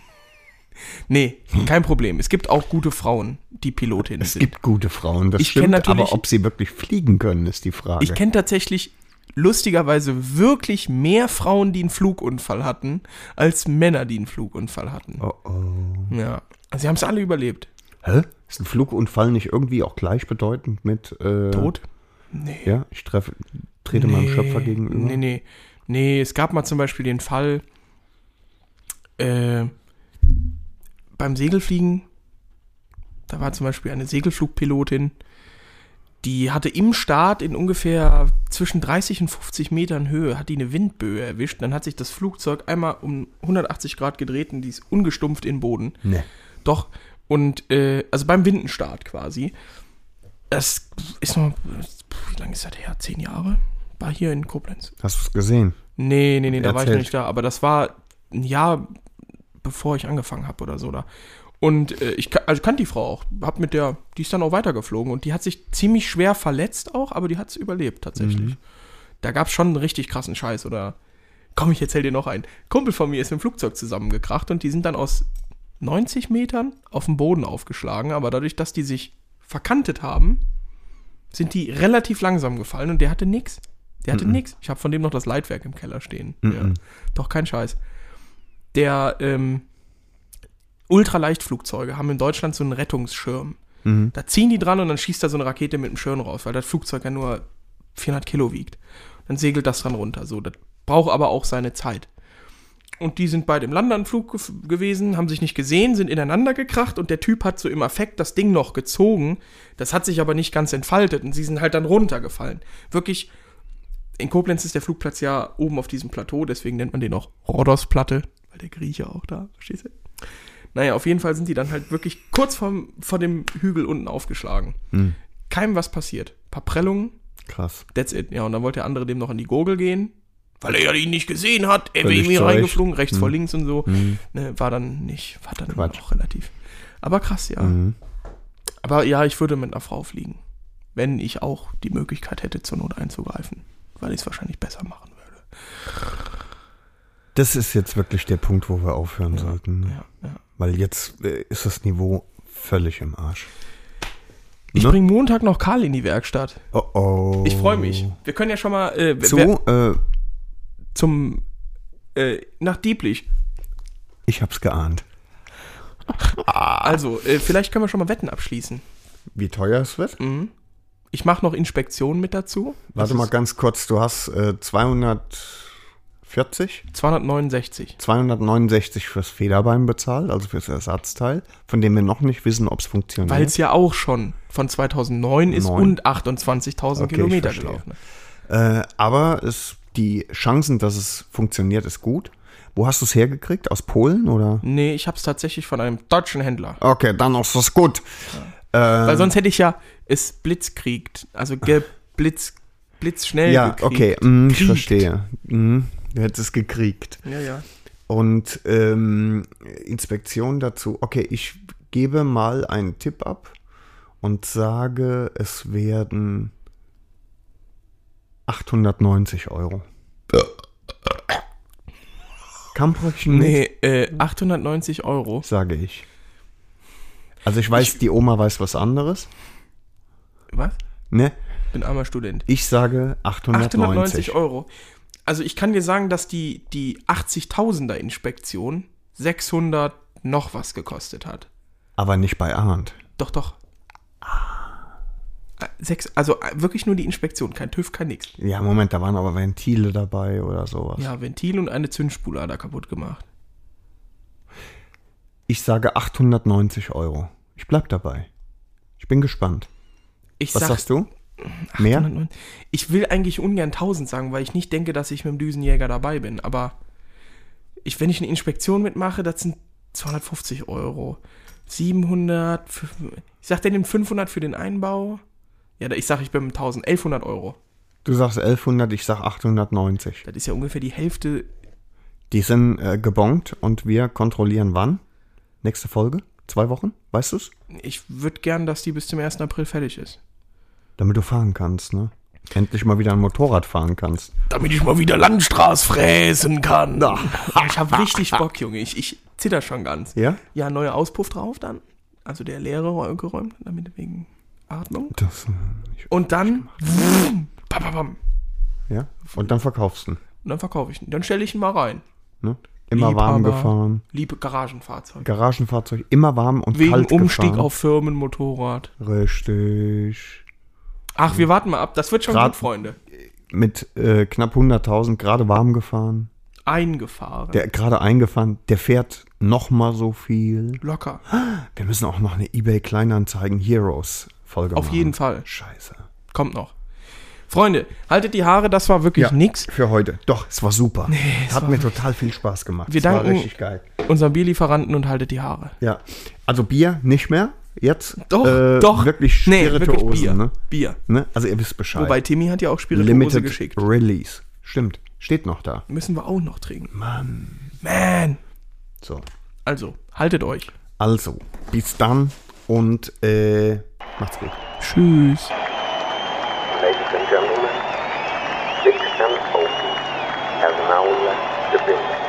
Nee, kein Problem. Es gibt auch gute Frauen, die Pilotinnen
Hm. Es
sind.
gibt gute Frauen, das
Ich kenn
stimmt,
natürlich-
aber ob sie wirklich fliegen können, ist die Frage.
Ich kenne tatsächlich lustigerweise wirklich mehr Frauen, die einen Flugunfall hatten, als Männer, die einen Flugunfall hatten.
oh, oh.
Ja. Also sie haben es alle überlebt.
Hä? Ist ein Flugunfall nicht irgendwie auch gleichbedeutend mit äh,
Tot? Nee.
Ja, ich treffe, trete meinem Schöpfer gegenüber.
Nee, nee. Nee, es gab mal zum Beispiel den Fall äh, beim Segelfliegen. Da war zum Beispiel eine Segelflugpilotin, die hatte im Start in ungefähr zwischen 30 und 50 Metern Höhe, hat die eine Windböe erwischt. Dann hat sich das Flugzeug einmal um 180 Grad gedreht und die ist ungestumpft in den Boden.
Nee.
Doch, und äh, also beim Windenstart quasi. Das ist noch. Wie lange ist das her? Zehn Jahre? War hier in Koblenz.
Hast du es gesehen?
Nee, nee, nee, da war ich noch
Erzählt.
nicht da. Aber das war ein Jahr, bevor ich angefangen habe oder so da. Und äh, ich, ka- also kannte die Frau auch. Hab mit der, die ist dann auch weitergeflogen und die hat sich ziemlich schwer verletzt auch, aber die hat es überlebt tatsächlich. Da gab es schon einen richtig krassen Scheiß oder. Komm, ich erzähl dir noch einen. Kumpel von mir ist im Flugzeug zusammengekracht und die sind dann aus 90 Metern auf dem Boden aufgeschlagen, aber dadurch, dass die sich verkantet haben, sind die relativ langsam gefallen und der hatte nix. Der hatte nix. Ich habe von dem noch das Leitwerk im Keller stehen. Ja. Doch kein Scheiß. Der ähm, Ultraleichtflugzeuge haben in Deutschland so einen Rettungsschirm. Da ziehen die dran und dann schießt da so eine Rakete mit dem Schirm raus, weil das Flugzeug ja nur 400 Kilo wiegt. Dann segelt das dran runter. So, das braucht aber auch seine Zeit. Und die sind bei dem Landeanflug gef- gewesen, haben sich nicht gesehen, sind ineinander gekracht und der Typ hat so im Affekt das Ding noch gezogen. Das hat sich aber nicht ganz entfaltet und sie sind halt dann runtergefallen. Wirklich, in Koblenz ist der Flugplatz ja oben auf diesem Plateau, deswegen nennt man den auch Rhodos-Platte, weil der Grieche auch da, verstehst du? Naja, auf jeden Fall sind die dann halt wirklich kurz vom, vor dem Hügel unten aufgeschlagen.
Hm.
Keinem was passiert. Paar Prellungen,
Krass.
That's it. Ja, und dann wollte der andere dem noch in die Gurgel gehen, weil er ja ihn nicht gesehen hat. Er wäre
Völlig
mir
zu Recht. Mhm.
reingeflogen, rechts vor links und so. Ne, war dann nicht, war dann
Quatsch. Mhm.
auch relativ. Aber krass, ja. Aber ja, ich würde mit einer Frau fliegen, wenn ich auch die Möglichkeit hätte, zur Not einzugreifen, weil ich es wahrscheinlich besser machen würde.
Das ist jetzt wirklich der Punkt, wo wir aufhören sollten. Ne?
Ja, ja.
Weil jetzt äh, ist das Niveau völlig im Arsch.
Ich
Ne?
bringe Montag noch Karl in die Werkstatt.
Oh oh.
Ich freue mich. Wir können ja schon mal äh, wer-
Zu,
wer-
äh,
zum äh, nach Dieblich.
ich hab's geahnt. Ah.
Also, äh, vielleicht können wir schon mal Wetten abschließen.
Wie teuer es wird?
Mhm. Ich mache noch Inspektionen mit dazu.
Warte mal ganz kurz, du hast äh, 240,
269.
269 fürs Federbein bezahlt, also fürs Ersatzteil, von dem wir noch nicht wissen, ob es funktioniert.
Weil es ja auch schon von 2009 ist
Mhm. Neun.
und 28.000
Okay, ich
Kilometer
verstehe.
gelaufen.
Äh, aber es, die Chancen, dass es funktioniert, ist gut. Wo hast du es hergekriegt? Aus Polen oder?
Nee, ich habe es tatsächlich von einem deutschen Händler.
Okay, dann ist das gut. Äh,
Weil sonst hätte ich ja es blitzkriegt. Also geblitz, blitzschnell
Ja,
gekriegt.
okay, mm, ich
Kriegt.
verstehe. Mm, du hättest es gekriegt.
Ja, ja.
Und ähm, Inspektion dazu. Okay, ich gebe mal einen Tipp ab und sage, es werden 890 Euro. Kammbrötchen nee.
Nee, äh, 890 Euro.
sage ich. Also ich weiß, die Oma weiß was anderes.
Was?
Ne?
Bin armer Student.
Ich sage 890.
890 Euro. Also ich kann dir sagen, dass die, die 80.000er Inspektion 600 noch was gekostet hat.
Aber nicht bei Arndt.
Doch, doch. Äh, Sechs, also äh, wirklich nur die Inspektion, kein TÜV, kein nix.
Ja, Moment, da waren aber Ventile dabei oder sowas.
Ja, Ventil und eine Zündspule hat er kaputt gemacht.
Ich sage 890 Euro. Ich bleib dabei. Ich bin gespannt.
Ich
Was
sag,
sagst du? Mehr?
809. Ich will eigentlich ungern 1000 sagen, weil ich nicht denke, dass ich mit dem Düsenjäger dabei bin. Aber ich, wenn ich eine Inspektion mitmache, das sind 250 Euro. 700. fünf- Ich sag dir den 500 für den Einbau. Ja, da- ich sag, ich bin mit 1000. 1100 Euro.
Du sagst 1100, ich sag 890.
Das ist ja ungefähr die Hälfte.
Die sind äh, gebongt und wir kontrollieren wann? Nächste Folge? Zwei Wochen? Weißt du's?
Ich würde gern, dass die bis zum 1. April fertig ist.
Damit du fahren kannst, ne? Endlich mal wieder ein Motorrad fahren kannst.
Damit ich mal wieder Landstraß fräsen kann. Ja, ich habe richtig Bock, Junge. Ich, ich zitter schon ganz.
Ja?
Ja, neuer Auspuff drauf dann. Also der leere Räu- geräumt, damit wegen Atmung.
Das,
Und dann. Bam, bam, bam.
ja? Und dann verkaufst du ihn,
Und dann verkaufe ich ihn. Dann stelle ich ihn mal rein.
ne? Immer warm
Liebhaber,
gefahren.
Liebe Garagenfahrzeug.
Garagenfahrzeug, immer warm und
Wegen
kalt
Umstieg
gefahren.
auf Firmenmotorrad.
Richtig.
Ach, wir warten mal ab. Das wird schon
Grad-
gut, Freunde.
Mit äh, knapp 100.000 gerade warm gefahren.
Eingefahren.
Der gerade eingefahren, der fährt noch mal so viel.
Locker.
Wir müssen auch noch eine eBay Kleinanzeigen Heroes Folge
Auf
machen.
jeden Fall.
Scheiße.
Kommt noch. Freunde, haltet die Haare, das war wirklich nix.
Für heute. Doch, es war super.
es
Hat
war
mir total viel Spaß gemacht.
Wir
es war
danken-
richtig geil.
Unser Bierlieferanten und haltet die Haare.
Ja. Also Bier nicht mehr jetzt.
Doch,
äh,
doch.
Wirklich Spirituosen,
Bier.
ne?
Bier.
ne? Also ihr wisst Bescheid.
Wobei Timmy hat ja auch Spirituose
Limited
geschickt.
Release. Stimmt. Steht noch da.
Müssen wir auch noch trinken. Mann. Man.
So.
Also, haltet euch.
Also, bis dann und äh, macht's gut.
Tschüss.
Ladies and gentlemen, Dick and Opie has now left the building.